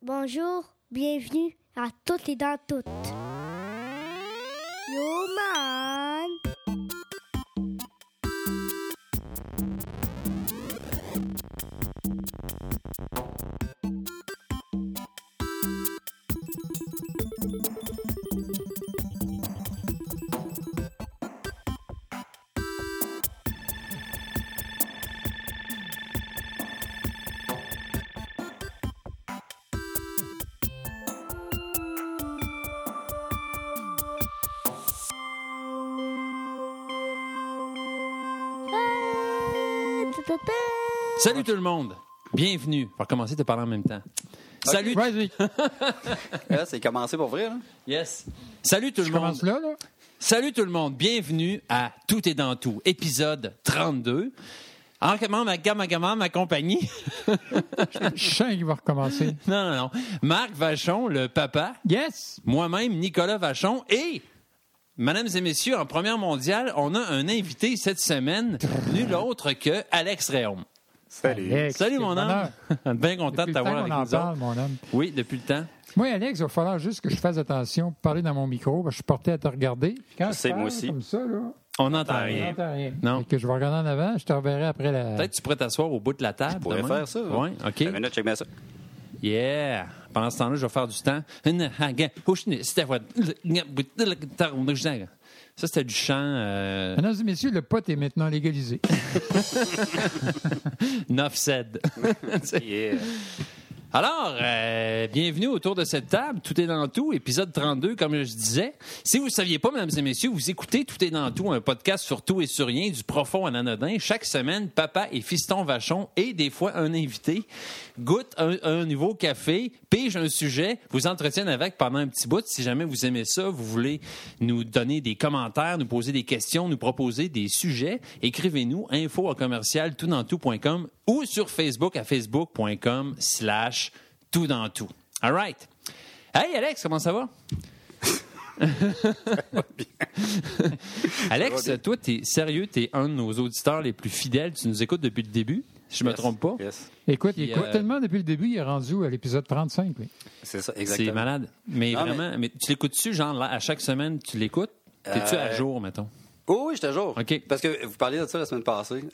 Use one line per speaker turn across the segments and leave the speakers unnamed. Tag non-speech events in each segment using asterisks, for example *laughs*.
Bonjour, bienvenue à toutes et dans toutes. Yo man!
Salut tout le monde. Bienvenue. On va commencer de parler en même temps. Salut.
*laughs* Là, Hein, c'est commencé pour vrai. là.
Yes. Salut tout le monde.
là, là?
Salut tout le monde. Bienvenue à Tout est dans tout, épisode 32. En comment ma gamme, ma gamme, ma compagnie. *laughs*
Je sens qu'il va recommencer.
Non, non, non. Marc Vachon, le papa.
Yes!
Moi-même, Nicolas Vachon. Et, mesdames et messieurs, en première mondiale, on a un invité cette semaine, nul autre que Alex Réaume.
Alex,
Salut mon
quel
homme. *laughs*
bonheur.
Bien content
Depuis
de t'avoir
le temps qu'on
avec
en
nous
parle,
autres.
mon homme.
Oui, depuis le temps.
Moi, Alex, il va falloir juste que je fasse attention pour parler dans mon micro, parce que je suis porté à te regarder. Puis Quand
Je sais,
parle
moi aussi.
comme ça, là,
On n'entend
je
rien.
n'entends rien.
Non.
Fait que je vais regarder en avant, je te reverrai après la...
Peut-être que tu pourrais t'asseoir au bout de la table.
Euh, Je pourrais
demain.
faire ça.
Oui, OK.
Une minute, check bien ça.
Yeah! Pendant ce temps-là, je vais faire du temps. Ça, c'était du chant euh,
Mesdames et messieurs, le pot est maintenant légalisé.
Hein?
Neuf
*laughs*
Said.
Yeah.
Alors, euh, bienvenue autour de cette table. Tout est dans tout, épisode 32, comme je disais. Si vous ne saviez pas, mesdames et messieurs, vous écoutez Tout est dans tout, un podcast sur tout et sur rien, du profond à l'anodin. Chaque semaine, papa et fiston Vachon, et des fois un invité, goûtent un, un nouveau café, pigent un sujet, vous entretiennent avec pendant un petit bout. Si jamais vous aimez ça, vous voulez nous donner des commentaires, nous poser des questions, nous proposer des sujets, écrivez-nous info à commercial toutdantout.com ou sur Facebook à facebook.com slash tout dans tout. All right. Hey Alex, comment ça va? Alex, toi, t'es sérieux, t'es un de nos auditeurs les plus fidèles. Tu nous écoutes depuis le début, si je me
Yes.
trompe pas.
Yes.
Écoute,
Puis,
il écoute
euh,
tellement depuis le début, il est rendu à l'épisode 35. lui.
C'est ça,
C'est
exactement.
malade. Mais
Non, mais-
vraiment, mais... tu l'écoutes-tu, genre, là, à chaque semaine, tu l'écoutes? T'es-tu à
Euh,
jour, mettons?
Oh, oui, je te jure.
OK.
Parce que vous parliez de ça la semaine passée.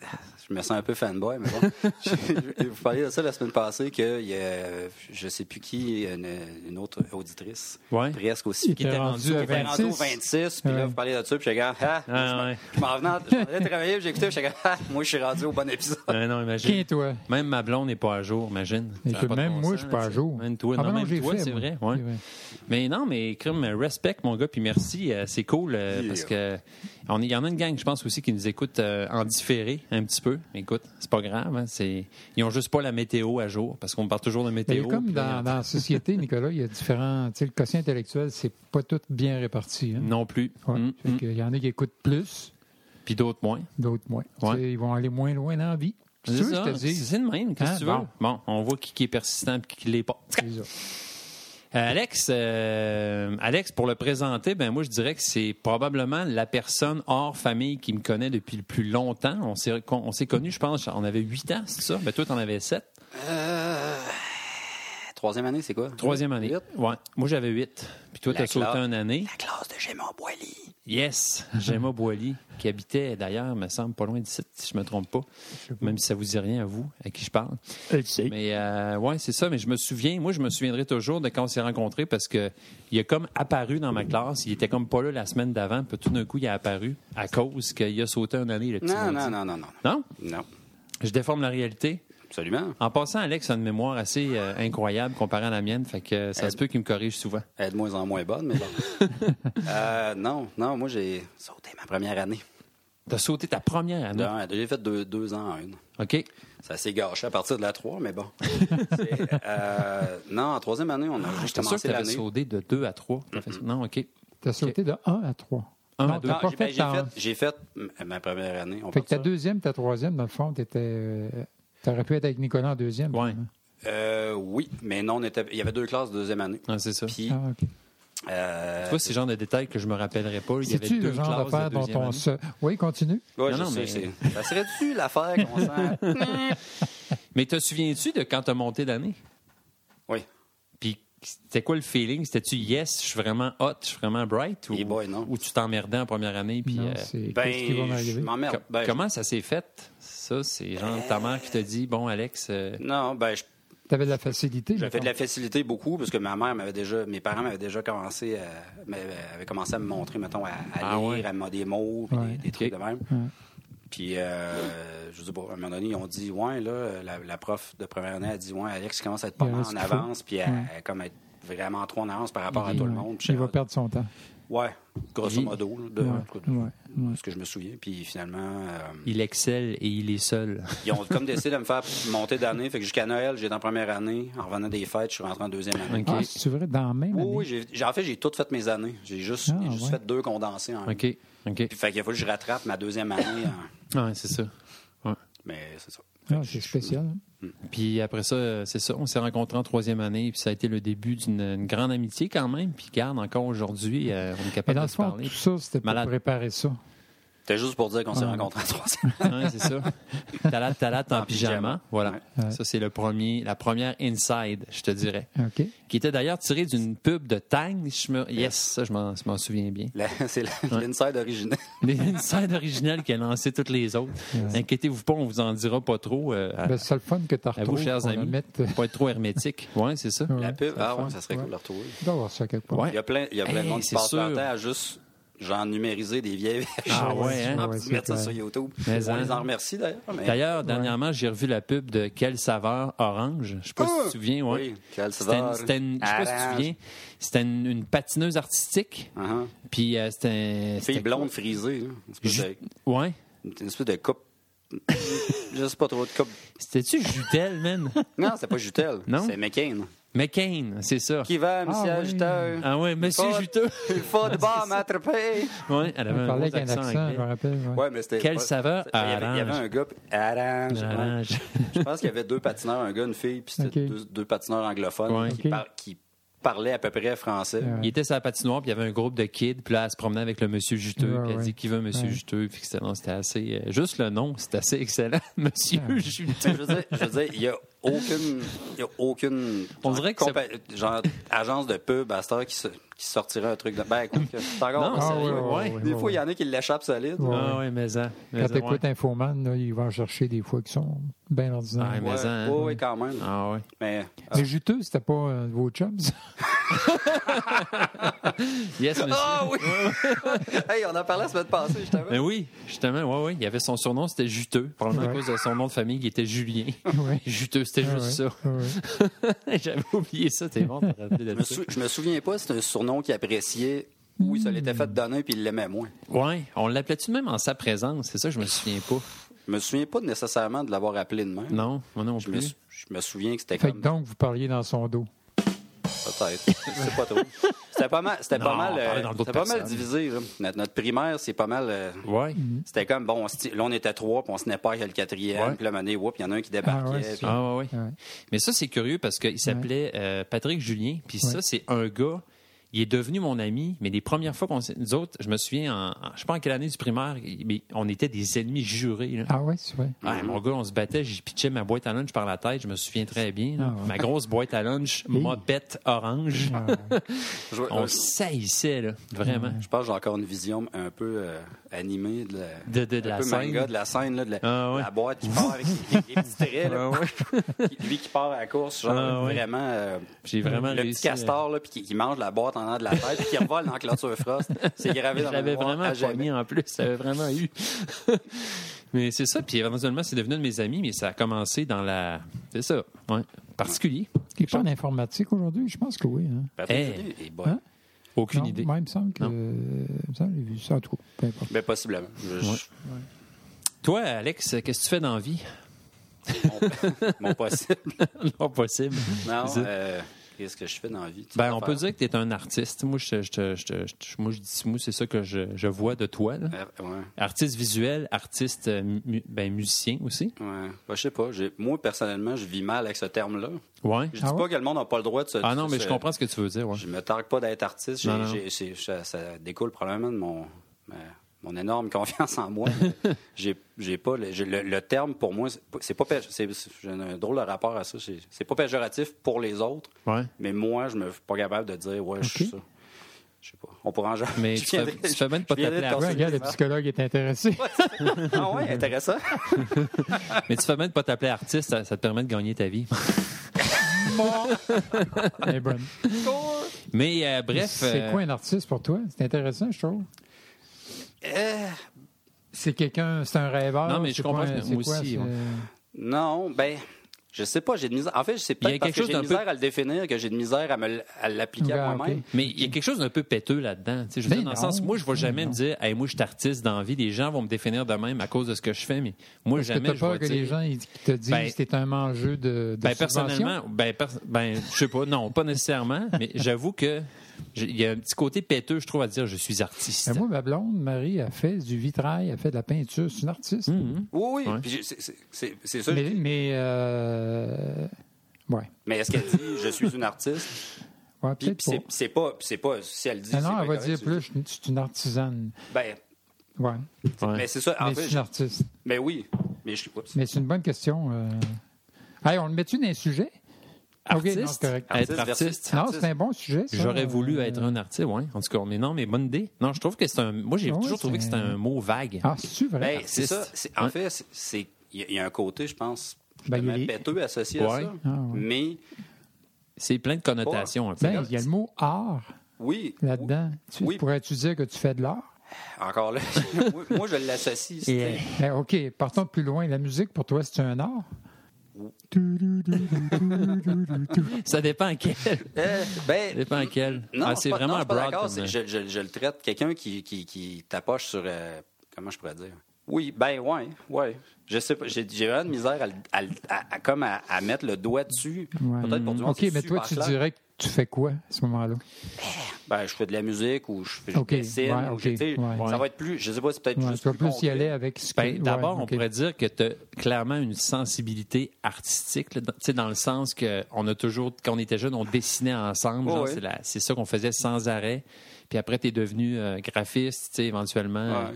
Je me sens un peu fanboy, mais
*laughs*
bon. Je- vous parliez de ça la semaine passée qu'il y a, je sais plus qui, une, une autre auditrice.
Ouais.
Presque aussi.
était rendu
à
au
Qui est rendue au
26.
26, puis là,
Ouais.
vous parliez de ça, puis j'ai regardé, ah,
Ah,
je m'en-
ouais.
je m'en venais, je m'en venais travailler, puis j'écoutais, puis j'ai regardé, ah, moi, je suis rendu au bon épisode.
Ah, non, imagine.
Qui est toi?
Même ma blonde n'est pas à jour, imagine.
Et
Ça a
que
pas de
même
bon
moi,
sens,
je suis pas à
tu sais.
jour.
Même toi,
Ah,
non,
ben non,
même
j'ai
toi,
fait,
c'est
moi.
vrai. ouais.
C'est vrai.
Mais non, mais crime, respect, mon gars, puis merci. euh, c'est cool euh,
Yeah.
parce que on est- il y en a une gang, je pense aussi, qui nous écoute euh, en différé un petit peu. Écoute, c'est pas grave. hein, c'est ils ont juste pas la météo à jour parce qu'on parle toujours de
Mais
météo.
comme
puis là,
dans,
ils-
dans la société, Nicolas, il y a différents... Tu sais, le quotient intellectuel, c'est pas tout bien réparti. hein.
non plus.
Ouais.
Mm,
Fait
mm.
que Il y en a qui écoutent plus,
Puis d'autres moins.
d'autres moins.
Ouais.
Tu sais, Ils vont aller moins loin dans la vie. Tu
C'est
veux que
ça,
je te
c'est
dise?
c'est le même. Qu'est-ce que
Hein,
tu veux? Bon.
bon.
on voit qui, qui est persistant et qui l'est pas.
C'est ça.
Euh, Alex, euh, Alex, pour le présenter, ben moi je dirais que c'est probablement la personne hors famille qui me connaît depuis le plus longtemps. On s'est con- on s'est connus, je pense, on avait huit ans, c'est ça. Ben toi, t'en avais sept.
Euh, Troisième année, c'est quoi?
Troisième année.
Huit.
Ouais. Moi j'avais huit. Puis toi,
La
t'as sauté
classe.
une année.
La classe de Gémon Boily.
*laughs* Yes, Gemma Boily, qui habitait d'ailleurs, me semble, pas loin d'ici, si je me trompe pas. Même si ça vous dit rien à vous, à qui je parle. Mais euh, ouais, c'est ça. Mais je me souviens, moi, je me souviendrai toujours de quand on s'est rencontrés parce que il a comme apparu dans ma classe. Il était comme pas là la semaine d'avant, puis tout d'un coup, il a apparu à cause qu'il a sauté une année. Le petit
Non,
maudit.
non, non, non, non.
Non?
Non,
Je déforme la réalité.
absolument.
En passant, Alex a une mémoire assez euh, incroyable comparée à la mienne, fait que ça se peut qu'il me corrige souvent.
Elle est de moins en moins bonne, mais
*laughs*
bon. Euh, non, non, moi j'ai sauté ma première année.
T'as sauté ta première
De
année.
un à deux. J'ai fait deux, deux ans à une.
OK?
Ça s'est gâché à partir de la trois,
*laughs*
mais bon. C'est, euh, non, en troisième année, on a juste
Ah, J'étais sûr que
commencé
t'avais
l'année.
sauté de 2 à 3. Non, OK.
T'as sauté de 1 à 3.
Un à
non,
deux.
t'as
Non,
pas
j'ai ben,
fait
j'ai
ta...
fait, j'ai fait m- ma première année. On
Fait que
part
ta
ça.
deuxième, ta troisième, dans le fond, t'étais... euh, T'aurais pu être avec Nicolas en deuxième.
Ouais.
finalement.
Euh, oui, mais non, on était, il y avait deux classes de deuxième année.
Ah, c'est ça.
Puis,
Ah, OK.
euh,
Tu vois, c'est le genre de détails que je me rappellerai pas. Il y avait
C'est-tu
deux
le genre
classes de
d'affaire dont
deuxième
on
année.
se... Oui, continue.
ouais,
Non,
je
non,
sais,
mais-
c'est- ça serait-tu l'affaire
*laughs*
qu'on sent?
Mais te souviens-tu de quand t'as monté d'année?
oui.
C'était quoi le feeling? C'était-tu yes, je suis vraiment hot, je suis vraiment bright? Ou,
Eh boy, non.
ou tu t'emmerdais en première année? Puis,
Non,
euh,
c'est
Ben,
qu'est-ce qui va
je
m'arriver?
co-
m'emmerde. Ben, je-
comment ça s'est fait? Ça, c'est genre ta mère qui te dit, bon, Alex, euh,
Non, ben, je-
T'avais de la facilité.
j'avais
mettons.
de la facilité beaucoup parce que ma mère m'avait déjà, mes parents m'avaient déjà commencé, à, m'avaient- avaient commencé à me montrer, mettons, à, à
Ah
lire,
ouais.
à me demander des mots, puis
Ouais,
des, des
ok.
trucs de même.
Ouais.
Puis, euh, je dis, bon, à un moment donné, ils ont dit, ouais, là, la, la prof de première année a dit, ouais, Alex commence à être pas
Il y a
mal
ce
en
qu'il faut.
avance, puis à,
Ouais.
à comme être vraiment trop en avance par rapport à
Il-
tout le monde.
Il va perdre son temps.
Ouais, grosso
Il-
modo, là, de,
Ouais,
en tout cas, de-
ouais, ouais.
de ce que je me souviens. Puis finalement, euh,
il excelle et il est seul.
ils ont comme décidé de me faire monter d'année. Fait que jusqu'à Noël, j'étais en première année. En revenant des fêtes, je suis rentré en deuxième année.
OK.
Ah, c'est vrai, dans la même
Oui,
année.
oui, j'ai- j'ai- en fait, j'ai toutes fait mes années. J'ai juste,
Ah,
j'ai juste
ouais.
fait deux condensés en
OK. OK.
Puis fait qu'il a fallu que je rattrape ma deuxième année. hein.
*coughs* Ouais, c'est ça. Ouais.
Mais c'est ça.
Ah, c'est spécial. hein.
Puis après ça, euh, c'est ça, on s'est rencontrés en troisième année, puis ça a été le début d'une une grande amitié quand même. Puis garde, encore aujourd'hui, euh, on est
Mais
capable
dans
de
le
se
fond,
parler.
tout ça, c'était pour
Malade.
préparer ça.
C'était juste pour dire qu'on s'est
Ah.
rencontrés en
*laughs*
troisième.
Ouais, hein, c'est
*laughs*
ça. Talat, talat en,
En pyjama.
pyjama. Voilà.
Ouais.
Ça, c'est le premier, la première inside, je te dirais.
OK.
Qui était d'ailleurs tirée d'une pub de Tang. si Je me... Yes, ça, je m'en, je m'en souviens bien. *laughs*
La- C'est la- l'inside originelle.
Des inside originales qui a lancé toutes les autres. Inquiétez-vous pas, on vous en dira pas trop. euh, à,
Ben, c'est le fun que tu as
à vous, chers amis.
euh,
Faut pas être trop hermétique. Ouais, c'est ça.
La pub, ah ouais,
fun.
ça serait cool de la retrouver.
d'avoir ça quelque part.
Ouais.
Il y a plein, il y a plein
Hey,
de monde qui
c'est
passe leur
sûr.
temps à juste genre numériser des vieilles versions.
Ah ouais, hein?
Ah,
Ouais,
puis
c'est
mettre ça
clair.
sur YouTube.
Mais
on
hein.
les en remercie d'ailleurs. mais-
D'ailleurs, dernièrement, j'ai revu la pub de Quelle saveur orange. Je sais pas si tu te souviens, ouais.
Oh! Ah! Oui, quelle
C'était une-
saveur
c'était une- Je sais pas si tu te
orange.
souviens. C'était une, une patineuse artistique.
Uh-huh.
Puis euh, c'était.
Fille
c'était-
blonde frisée. là. Une espèce,
Ju-
de,
Ouais.
une espèce de coupe. Je sais pas trop de coupe.
C'était-tu Jutel,
*laughs*
man?
Non, c'est pas Jutel.
Non?
C'est McCain.
McCain, c'est ça.
Qui va, monsieur
Ah oui.
Jutel?
Ah ouais, Monsieur
Pas-
Juteux. *laughs*
Il *laughs* faut de bas m'attraper.
Ouais, elle avait
On
un
parlait
gros
avec un
accent,
accent, je me
anglais.
rappelle. ouais.
Ouais, mais c'était.
Quelle
pas-
saveur
Il y avait, il y avait
orange.
un gars, puis orange. ouais.
*laughs*
Orange.
Je pense qu'il y avait deux patineurs, un gars, une fille, puis c'était
Ok.
deux, deux patineurs anglophones
Ouais.
qui,
Ok.
par- qui parlaient à peu près français.
Ouais.
Il était sur la patinoire, puis il y avait un groupe de kids, puis là, elle se promenait avec le monsieur juteux,
Ouais,
puis elle
ouais.
dit qui veut monsieur
Ouais.
juteux, puis que c'était non, c'était assez. euh, juste le nom, c'était assez excellent. *laughs* Monsieur
Ouais.
juteux.
Mais je veux dire, je veux dire, il n'y a aucune, il y a aucune
On
genre,
dirait que
compa- genre, agence de pub à cette heure qui, se- qui sortirait un truc de. Ben, écoute, que c'est encore.
Non,
pas
ah
sérieux.
ouais, ouais,
ouais,
Des
ouais,
fois, il y en a qui l'échappent solide.
Ouais.
Ah ouais, mais ça. mais
Quand
ça,
tu écoutes
ouais.
Infoman, là, ils vont en chercher des fois qui sont bien
Ouais,
ordinaires.
mais
Ouais,
ça, hein.
ouais, ouais, quand même.
Ah ouais.
Mais
Les juteux, c'était pas un de vos chums, ça?
Yes, monsieur.
Ah oui! *laughs* hey, on en parlait la semaine passée, je t'avais.
Ben oui, justement, ouais, ouais. Il y avait son surnom, c'était Juteux. Probablement à
Ouais.
cause de son nom de famille, qui était Julien.
*laughs*
Ouais.
Juteux, c'était
Ah
juste
ouais, ah ouais.
*laughs* ça. J'avais oublié ça, t'es bon, t'as rappelé
Je me,
de ça.
sou- je me souviens pas, c'est un surnom qu'il appréciait. Oui, ça l'était fait donner, puis il l'aimait moins.
Ouais, on l'appelait-tu même en sa présence? C'est ça, que je me souviens pas.
Je me souviens pas nécessairement de l'avoir appelé de même.
Non, moi non
Je me,
plus.
sou- je me souviens que c'était
Fait
comme.
que donc, vous parliez dans son dos.
Peut-être. Je sais pas trop. C'était pas mal. C'était
Non,
pas
on
mal.
parlait
euh,
dans le dos de
C'était pas mal
personne.
divisé. là. Notre, notre primaire, c'est pas mal. euh,
Ouais.
C'était comme, bon, on se- là, on était trois, puis on se tenait pas, il y a le quatrième,
Ouais.
puis là, mané, whoop, il y en a un qui débarquait.
Ah ouais, c'est
puis-
Ah ouais, ouais.
Ouais.
Mais ça, c'est curieux parce qu'il s'appelait euh, Patrick Julien. Puis ça,
Ouais.
c'est un gars. Il est devenu mon ami, mais les premières fois qu'on s'est. Nous autres, je me souviens, en, en- je sais pas en quelle année du primaire, mais on était des ennemis jurés. là.
Ah ouais, c'est vrai.
Ouais, mon gars, on se battait, j'y pitchais ma boîte à lunch par la tête, je me souviens très bien. là.
Ah ouais.
Ma grosse boîte à lunch, mopette orange.
Ah ouais.
Je-
On
euh,
saillissait, là, vraiment.
Je pense que j'ai encore une vision un peu euh, animée de la,
De- de- de
un
la
peu
scène.
manga, de la scène, là, de la,
Ah ouais.
la boîte qui part avec les, les petits traits. là,
Ah
qui- lui qui part à la course, genre
Ah ouais.
vraiment. euh,
J'ai vraiment
le petit
réussi euh, à-
castor là, puis qui, qui mange la boîte en avant de la tête, puis qui revole dans la clôture frost. C'est gravé dans ah,
Je
la
l'avais
mémoire
vraiment
à jamais.
poigné en plus. Ça avait vraiment eu. *laughs* mais c'est ça. Puis éventuellement, c'est devenu un de mes amis, mais ça a commencé dans la. C'est ça. Ouais. Particulier.
Il est pas en informatique aujourd'hui? Je pense que oui. hein.
Patrick
Hey.
Julie est bon.
Hein?
Aucune
Non,
idée.
moi, il me semble que. euh,
Non.
il me semble que j'ai vu ça, en tout cas. Peu importe.
Ben, possiblement. Je- je-
Toi, Alex, qu'est-ce que tu fais dans la vie? *laughs*
mon, mon possible.
non, possible.
Non,
C'est-
euh, qu'est-ce que je fais dans la vie? tu sais,
Ben, on
faire-
peut dire que tu es un artiste. Moi, je, te- je, te- je, te- je te- moi, je dis, moi, c'est ça que je, je vois de toi. là.
Euh, ouais.
Artiste visuel, artiste euh, mu- ben, musicien aussi.
Ouais. Ben, je sais pas. J'ai- Moi, personnellement, je vis mal avec ce terme-là.
Ouais.
Je dis
Ah
pas
ouais?
que le monde n'a pas le droit de se.
Ah non,
de
mais
se-
je comprends ce que tu veux dire. Ouais.
Je me targue pas d'être artiste. J'ai-
Non, non.
j'ai- c'est- ça, ça découle probablement de mon. ma- mon énorme *laughs* confiance en moi. j'ai, j'ai pas le, j'ai- le- le terme pour moi, c'est pas- c'est pas pé- c'est- c'est- j'ai un drôle de rapport à ça. C'est, c'est pas péjoratif pour les autres,
Ouais.
mais moi, je me je suis pas capable de dire ouais, je suis
Ok.
ça. Je sais pas. On pourra en jaser.
Mais
*laughs* Je
tu fais-
viendrai-
tu fais bien de pas
je
t'appeler
viendrai te
après.
Ouais, regarde, le psychologue est intéressé.
Ah ouais, intéressant.
Mais tu fais même de pas t'appeler artiste, ça, ça te permet de gagner ta vie.
*laughs* Elle est bonne.
Mais euh, bref.
C'est
euh,
quoi un artiste pour toi? C'est intéressant, je trouve.
Euh,
C'est quelqu'un, c'est un rêveur.
Non, mais
c'est
je comprends,
quoi-
moi
c'est quoi,
aussi,
c'est-
ouais.
non, ben. Je sais pas, j'ai de misère. En fait, c'est
Il y a
peut-être parce
quelque
que
chose
j'ai de
d'un peu-
misère à le définir que j'ai de misère à, me, l- à l'appliquer à
Ah, ok.
moi-même.
Mais il y a quelque chose d'un peu péteux là-dedans. Tu sais, Je veux
Ben
dire, dans le
non.
sens, moi, je ne vais
Ben
jamais
non.
me dire, hey, moi, je suis artiste dans la vie. Les gens vont me définir de même à cause de ce que je fais, mais moi,
Est-ce que
jamais
t'as
je vais
peur que les
dire-
gens ils te disent
Ben-
que t'es un mangeux de, de
Ben,
subvention?
personnellement, ben, pers- ben, je sais pas, non, pas nécessairement, *laughs* mais j'avoue que j'ai- il y a un petit côté péteux, je trouve, à dire je suis artiste.
Ben, moi, ma blonde, Marie, a fait du vitrail, elle fait de la peinture. C'est une artiste.
Mhm.
Oui, oui.
Ouais.
puis j'ai- c'est- c'est- c'est c'est ça.
Mais, mais euh, ouais.
Mais est-ce qu'elle dit je suis une artiste?
Ouais,
Puis,
peut-être
puis
pas.
c'est- c'est pas, puis c'est pas si elle dit.
Ah
c'est
non,
bien
elle va
correct,
dire
c'est-
plus, je suis une artisane.
Ben,
Ouais.
Ouais.
mais c'est ça. En
mais
fait,
c'est une
je-
artiste.
mais oui. Mais je oups.
Mais c'est une bonne question. euh. Hey, on le met-tu dans un sujet?
Artiste,
non, c'est correct.
Artiste
être
versus-
artiste.
Non,
artiste.
c'est un bon sujet. ça.
J'aurais voulu
Euh,
être un artiste, ouais. En tout cas, mais non, mais bonne idée. Non, je trouve que c'est un. Moi, j'ai
Ah Ouais,
toujours trouvé que
c'est-
c'était un mot vague.
Ah, c'est-tu vrai?
Ben, c'est ça.
artiste.
c'est- En
Ouais.
fait, c'est- c'est il y a- il y, a un côté, je pense,
Ben, il y a
justement,
les-
péteux associé à
Ouais.
ça.
Ah, ouais.
Mais
C'est plein de connotations un peu.
Ben, il y a le mot art
oui,
là-dedans. Tu-
Oui.
Pourrais-tu dire que tu fais de l'art?
encore là, *laughs* moi, moi, je l'associe. c'est-
Ben, OK, partons plus loin. La musique, pour toi, c'est un art?
Ça dépend à quel. Ça
Euh, ben,
dépend à quel.
Non,
Ah,
je
c'est
suis pas-
vraiment
non, je suis pas
broad.
d'accord,
comme- euh,
c'est- Je, je- je le traite. Quelqu'un qui, qui, qui tapoche sur. euh, comment je pourrais dire? Oui, ben ouais, ouais. Je sais pas, j'ai j'ai vraiment de misère à, le- à le- à- à- comme à, à mettre le doigt dessus.
Ouais.
Peut-être pour du monde,
OK,
c'est
mais toi,
super
tu
clair.
dirais que tu fais quoi à ce moment-là?
Ben, je fais de la musique ou je fais je
Ok,
dessine.
ouais,
ou je-
ok,
tu sais,
ouais.
Ça va être plus, je sais pas, c'est peut-être
Ouais,
juste
tu vas
plus
plus y
concret.
aller avec ce que...
Ben,
ouais,
D'abord, on
OK.
pourrait dire que tu as clairement une sensibilité artistique, là, dans, tu sais, dans le sens que on a toujours, quand on était jeune, on dessinait ensemble.
Oh,
genre,
ouais.
c'est la- C'est ça qu'on faisait sans arrêt. Puis après, tu es devenu euh, graphiste, tu sais, éventuellement.
Ouais.
Euh,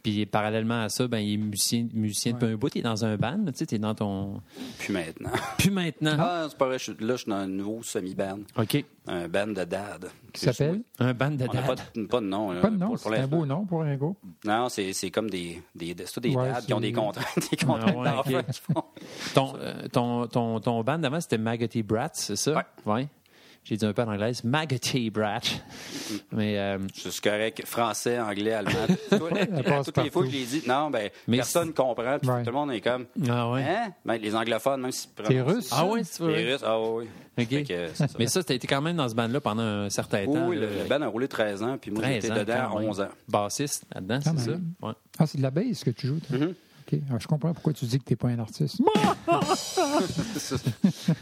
Puis parallèlement à ça, ben, il est musicien, musicien depuis un bout, tu es dans un band, là, tu es dans ton.
Puis maintenant.
*laughs* Hein?
Puis maintenant.
Ah, c'est pas vrai, je suis- là, je suis dans un nouveau semi-band.
OK.
Un band de dad.
Qui s'appelle?
Un band de
On n'a pas,
dad.
de- pas de nom. là,
Pas de nom,
pour- pour
c'est un
l'instant.
beau nom pour un groupe.
Non, c'est c'est comme des, des, des, c'est tous des
Ouais,
dads qui ont
c'est- Ah
des contrats, *laughs* des contrats
ouais, ok.
d'enfants qui font.
Ton, euh, ton, ton, ton band d'avant, c'était Maggoty Brat, c'est ça? Ouais. J'ai dit un peu en anglais, Maggoty Brat.
*laughs*
Mais. euh,
C'est c'est correct. Français, anglais, allemand. Tout- à toutes
passe
les
partout.
fois que je les dis, non, ben,
Mais
personne ne comprend. Puis
Ouais.
tout le monde est comme.
Ah ouais.
Hein? Ben, les anglophones, même si.
T'es russe?
Ah ouais, c'est vrai.
Les russes, ah oui.
OK.
Fait que c'est ça.
Mais ça, t'as été quand même dans ce band-là pendant un certain
Oui,
temps.
oui,
là.
le, le band a roulé 13 ans, puis moi,
13
j'étais
ans,
dedans à
quand même.
11 ans.
Bassiste là-dedans,
Quand
c'est ça?
même.
Ouais.
Ah, c'est de la baisse que tu joues, toi?
Mm-hmm.
OK. Ah, je comprends pourquoi tu dis que t'es pas un artiste.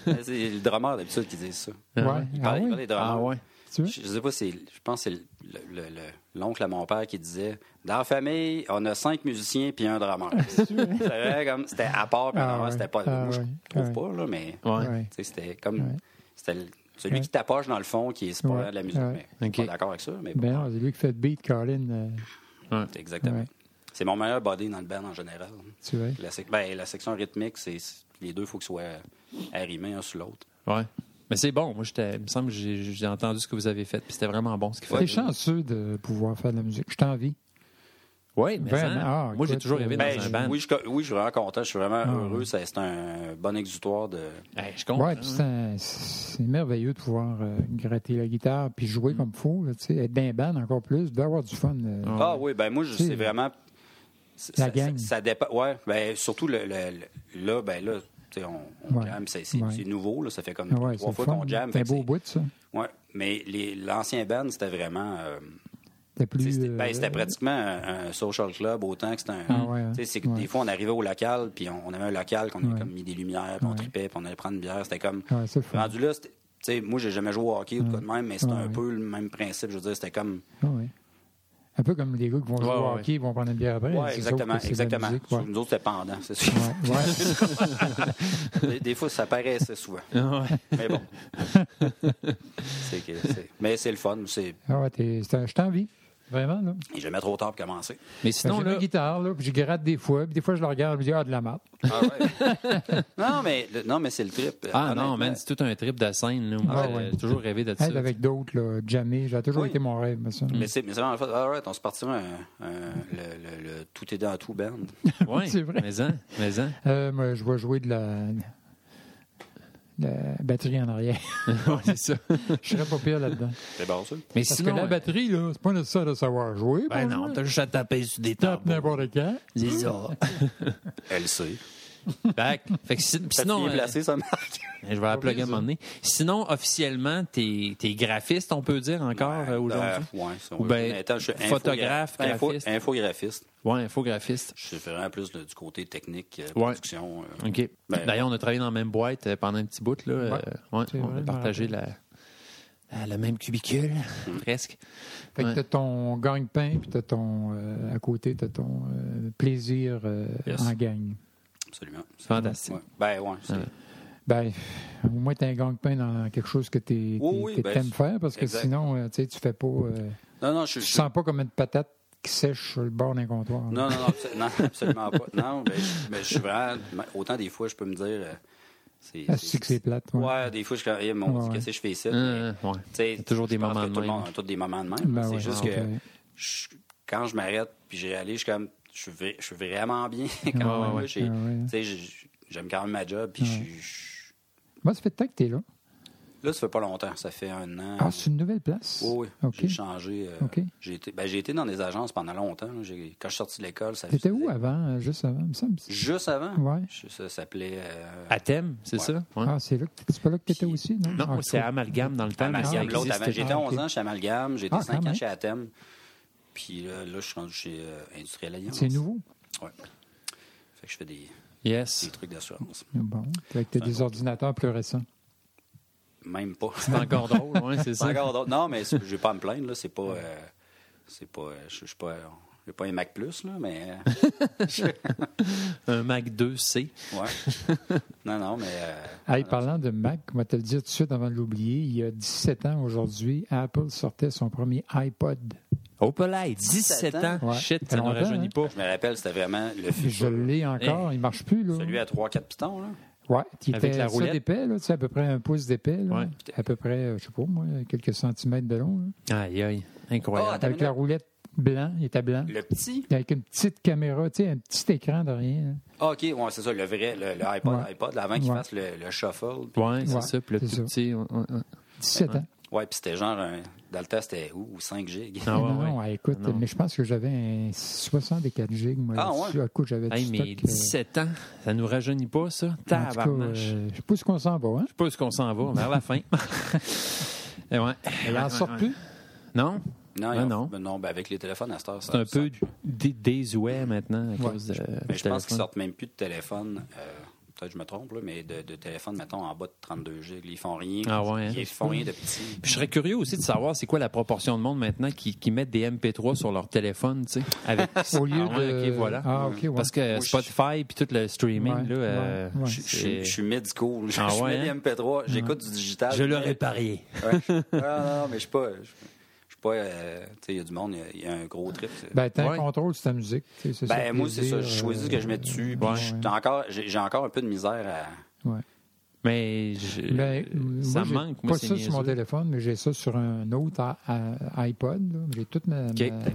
Ben, c'est le drummer d'habitude qui dit ça.
Ouais.
Il
Ah
parlait, il
oui?
parlait des drummers.
Ah ouais.
Tu veux?
Je, je sais pas, c'est, je pense que c'est le- le- le- l'oncle à mon père qui disait Dans la famille, on a cinq musiciens puis un drummer. *laughs* C'est vrai, comme, c'était à part, puis
Ah
le drummer,
ouais.
c'était pas.
Ah
moi, je
ouais.
trouve
Ah
pas, là, mais.
Ouais.
Ouais.
Tu sais, C'était comme. C'était le- celui
Ouais.
qui tapoche dans le fond, qui est supporter
Ouais.
de la musique.
Ouais.
Mais, je suis
Ok.
pas d'accord avec ça, mais
Ben
bon,
non, c'est lui qui fait le beat, Colin. euh,
c'est exactement.
Ouais.
C'est mon meilleur body dans le band en général.
tu vois.
La, sec- ben, la section rythmique, c'est c'est- les deux, il faut qu'ils soient arrimés un sur l'autre.
Ouais. Mais c'est bon. Moi, j'étais, il me semble que j'ai, j'ai entendu ce que vous avez fait, puis c'était vraiment bon ce qu'il
T'es
fait.
chanceux de pouvoir faire de la musique. Je t'envie.
Oui, mais
Ben,
ça,
ah,
moi, j'ai
écoute,
toujours rêvé
euh,
dans
Ben,
un
je-
band.
oui, je, oui, je suis vraiment content, je suis vraiment
Ah,
heureux. ça- C'est un bon exutoire de.
Hey, je comprends.
Ouais, puis *laughs* c'est un- c'est merveilleux de pouvoir euh, gratter la guitare puis jouer
Mm.
comme fou, là, tu sais, être d'un band encore plus, d'avoir du fun. euh.
Ouais.
Ah oui, ben moi, je
Tu sais,
sais vraiment. c-
la
ça,
gang.
Ça, ça dépend. Ouais, ben surtout le, le- le- là, ben là, tu sais, on, on
Ouais.
jam, c'est c'est-
Ouais.
c'est nouveau, là, ça fait comme
Ah ouais, c'est
trois
le
fois
fun.
qu'on jam.
C'est un
fait que
beau bout, ça.
ouais, mais les- l'ancien band, c'était vraiment. euh,
T'es
tu sais,
plus.
c'était ben,
euh,
c'était pratiquement un, un social club, autant que c'était un.
Ah ouais, hein.
tu sais, c'est que
Ouais.
Des fois, on arrivait au local, puis on, on avait un local qu'on avait
Ouais.
comme mis des lumières, puis on
Ouais.
tripait, puis on allait prendre une bière. C'était comme.
Ouais, c'est le fun.
Rendu là, c'était- tu sais, moi, j'ai jamais joué au hockey ou de quoi de même, mais c'était
Ouais,
un
ouais.
peu le même principe. Je veux dire, c'était comme.
Ah ouais. Un peu comme les gars qui vont jouer
Ouais,
au
ouais.
hockey, ils vont prendre une bière après.
Ouais,
c'est sûr que
exactement,
c'est de la
exactement.
musique, ouais.
Nous autres, c'était pendant, c'est sûr.
Ouais, ouais.
*laughs* Des, des fois, ça paraissait souvent.
Ouais. *laughs*
Mais bon. C'est que- c'est- mais c'est le fun. C'est
Ah ouais, t'es- c'est un- je t'envie. Vraiment, là.
Il n'est jamais trop tard pour commencer.
Mais
Fait que
sinon,
Ben, j'ai
là,
ma guitare, là, puis je gratte des fois, puis des fois, je la regarde, je me dis, ah, de la map.
*laughs* non, mais, le- non, mais c'est le trip. euh,
ah non,
Honnêtement,
man, c'est tout un trip de scène. là. Moi,
Ah,
j'ai
ouais.
toujours rêvé de ça.
Être avec d'autres, là, jammer, ça a toujours
Oui.
été mon rêve, mais ça.
Mais c'est mais c'est vraiment le fun. All right, on se partira un- un- le, le- le tout est dans tout band.
Ouais,
*laughs* C'est vrai.
Mais, hein, mais hein. *laughs*
Euh, moi, je vais jouer de la, de la batterie en arrière.
Ouais, c'est ça.
Je serais pas pire là-dedans.
C'est bon, ça?
Mais
Parce
sinon,
que la
euh,
batterie, là, c'est pas nécessaire de savoir jouer.
ben
bon,
non,
là. *laughs*
t'as juste à taper sur des
tape
tables.
n'importe quand.
C'est ça.
Elle sait.
Fait que- fait que si-
Ça
sinon,
est
euh,
placé, ça marque.
je vais la plugger à un
ça.
moment donné. Sinon, officiellement, t'es es graphiste, on peut dire encore
ben,
euh,
Euh,
aujourd'hui.
ouais, si on
Ou
veut.
ben,
Mais attends, je suis
photographe,
infogra- info-
graphiste.
infographiste.
Ouais, infographiste.
Je suis vraiment plus de- du côté technique, euh,
Ouais.
production. euh.
OK.
Ben-
D'ailleurs, on a travaillé dans la même boîte euh, pendant un petit bout. Là. Euh,
Ouais,
ouais,
c'est
on
vrai,
a
je
partagé
me Mm.
la, la- le même cubicule, presque.
Fait que
Ouais.
t'as ton gagne-pain, puis t'as ton, euh, à côté, t'as ton euh, plaisir euh,
Yes.
en gang.
Absolument.
C'est fantastique.
Ouais. Ben, ouais. c'est-
Ouais.
Ben, au moins, t'as un gagne-pain dans quelque chose que t'es,
Oui,
t'es-
oui,
t'es-
ben,
t'aimes faire, parce que
exact.
sinon, euh, tu sais, tu fais pas... euh,
Non, non, je
tu
suis.
sens pas comme une patate qui sèche sur le bord d'un comptoir. là.
Non, non, non, abso- non, absolument pas. Non, mais je, mais je suis vraiment. Autant des fois, je peux me dire. euh, c'est-
Ah, c'est que c'est plate,
Ouais.
ouais.
des fois, je suis comme, Eh, mon
Ouais,
Dieu,
ouais.
qu'est-ce que je fais ici?
Euh, ouais.
Tu sais,
Il y a toujours
je
des
pense
moments
que
de
Tout le
même.
monde a tous des moments de même.
Ben
c'est
ouais,
juste
c'est
que
clair.
je- quand je m'arrête puis je réalise, je suis comme, je suis, vrai- je suis vraiment bien *laughs* quand
Ouais,
même.
ouais,
là. J'ai-
ouais, Ah ouais.
tu sais, j'ai- J'aime quand même ma job. Puis je- je-
Moi, ça fait tant que t'es là.
Là, ça fait pas longtemps. Ça fait un an.
Ah, c'est une nouvelle place?
Oh, oui, oui.
OK.
J'ai changé. euh,
OK.
J'ai été, ben, j'ai été dans des agences pendant longtemps. là. J'ai- Quand je suis sorti de l'école, ça
T'étais
faisait-
où avant, euh, juste avant, il me semble?
Juste avant.
Ouais.
Je- Ça s'appelait. euh,
À thème, c'est
Ouais.
ça? Ouais.
Ah, c'est là que c'est pas là que t'étais
Puis-
aussi, non?
non,
Ah,
moi, c'est
cool.
Amalgame dans le temps. mais ça
Amalgame, l'autre
existe
avant. J'étais
Ah,
11
ok.
ans chez Amalgame, j'étais
Ah,
5
quand
ans
même.
chez Atem. Puis là, là, je suis rendu chez euh, Industriel Alliance.
C'est nouveau.
Ouais. Fait que je fais des, des
Yes.
trucs
*laughs*
d'assurance.
Bon, fait que t'as des ordinateurs plus récents.
Même pas.
C'est
*laughs*
encore drôle, ouais, c'est
C'est
ça.
encore d'autres. Non, mais c'est- je vais pas à me plaindre, là. C'est pas. euh, c'est pas. euh, Je je suis pas. euh, J'ai pas un Mac Plus, là, mais. euh,
*laughs*
Un Mac 2C.
Ouais. Non, non, mais. euh,
Hey, parlant de Mac, on va te le dire tout de suite avant de l'oublier, il y a 17 ans aujourd'hui, Apple sortait son premier iPod.
Opelay, 17 Oh, ans.
Ouais.
Shit, ça
Ça
ne
longtemps,
rajeunit
hein?
pas.
je me rappelle, c'était vraiment le
Puis je
futur.
l'ai encore, il marche plus. Là.
Celui à 3-4 pitons, là.
Ouais, il
Avec
était
la
ça
roulette.
d'épais, là, tu sais, à peu près un pouce d'épais, là.
Ouais.
à peu près, euh, je sais pas moi, quelques centimètres de long. là.
Aïe, aïe. Incroyable.
Attends
Avec la
une
roulette blanc, il était blanc.
Le petit.
Avec une petite caméra, tu sais, un petit écran de rien. hein. là.
Ah, OK, ouais, c'est ça, le vrai, le, le iPod,
Ouais.
iPod, là, avant qu'il
Ouais.
fasse le, le shuffle. puis-
ouais, c'est
Ouais,
ça. Puis le
c'est
tout
ça.
petit. ouais, ouais, ouais.
17 ans.
Ouais, puis c'était genre, un- dans le temps, c'était ouh, 5 gigs.
Ah, ouais,
non, non,
ouais.
ouais, écoute,
Non.
mais je pense que j'avais un 64 gigs, moi.
Ah,
là-dessus.
ouais?
Écoute, j'avais
Hey,
du
mais
stock, là.
17 ans, ça nous rajeunit pas, ça.
En tout cas, euh,
Tabarnache.
je sais pas où est-ce qu'on s'en va, hein?
pas où est-ce qu'on s'en va, vers la
*laughs*
fin. Et ouais.
Il en sort plus.
Non,
Non,
Ah,
ils ont-
non.
ben non, ben avec les téléphones à cette heure, ça-
c'est un
ça-
peu dé- désuet maintenant à cause de.
Mais
du
Ben, je pense
téléphone.
qu'ils sortent même plus de téléphone. euh, Peut-être que je me trompe, là, mais de, de téléphone, mettons, en bas de 32 gigs. Ils font rien.
Ah ouais, hein?
Ils font rien de petit.
Puis je serais curieux aussi de savoir c'est quoi la proportion de monde maintenant qui, qui mettent des MP3 sur leur téléphone, tu sais, avec
*laughs* Au lieu
Ah ouais,
de.
ok, voilà.
Ah, ok, ouais.
Parce que
Moi, je-
Spotify puis tout le streaming
Ouais,
là, euh,
ouais, ouais.
Je, je suis- je suis mid-school. Je,
Ah
je
ouais,
mets des
hein?
MP3. J'écoute du digital.
je l'aurais parié.
*laughs*
Ouais, je- ah, non, non, mais je suis pas. Je, je suis pas. euh, tu sais, il y a du monde, il y a- il y, a un gros trip.
Ben, t'as
Ouais.
un contrôle sur ta musique. tu sais, c'est
Ben,
le
moi, c'est ça.
plaisir,
Je choisis ce que je mets dessus. puis
ouais,
je suis
ouais.
encore- J'ai j'ai encore un peu de misère
Ouais.
Mais je-
Ben,
euh, ça
moi,
me
j'ai
manque.
Pas
Moi, c'est
ça sur mon
niaiseux.
téléphone, mais j'ai ça sur un autre i- i- iPod. là. J'ai toute ma.
Ok.
à.
ma-
Ouais.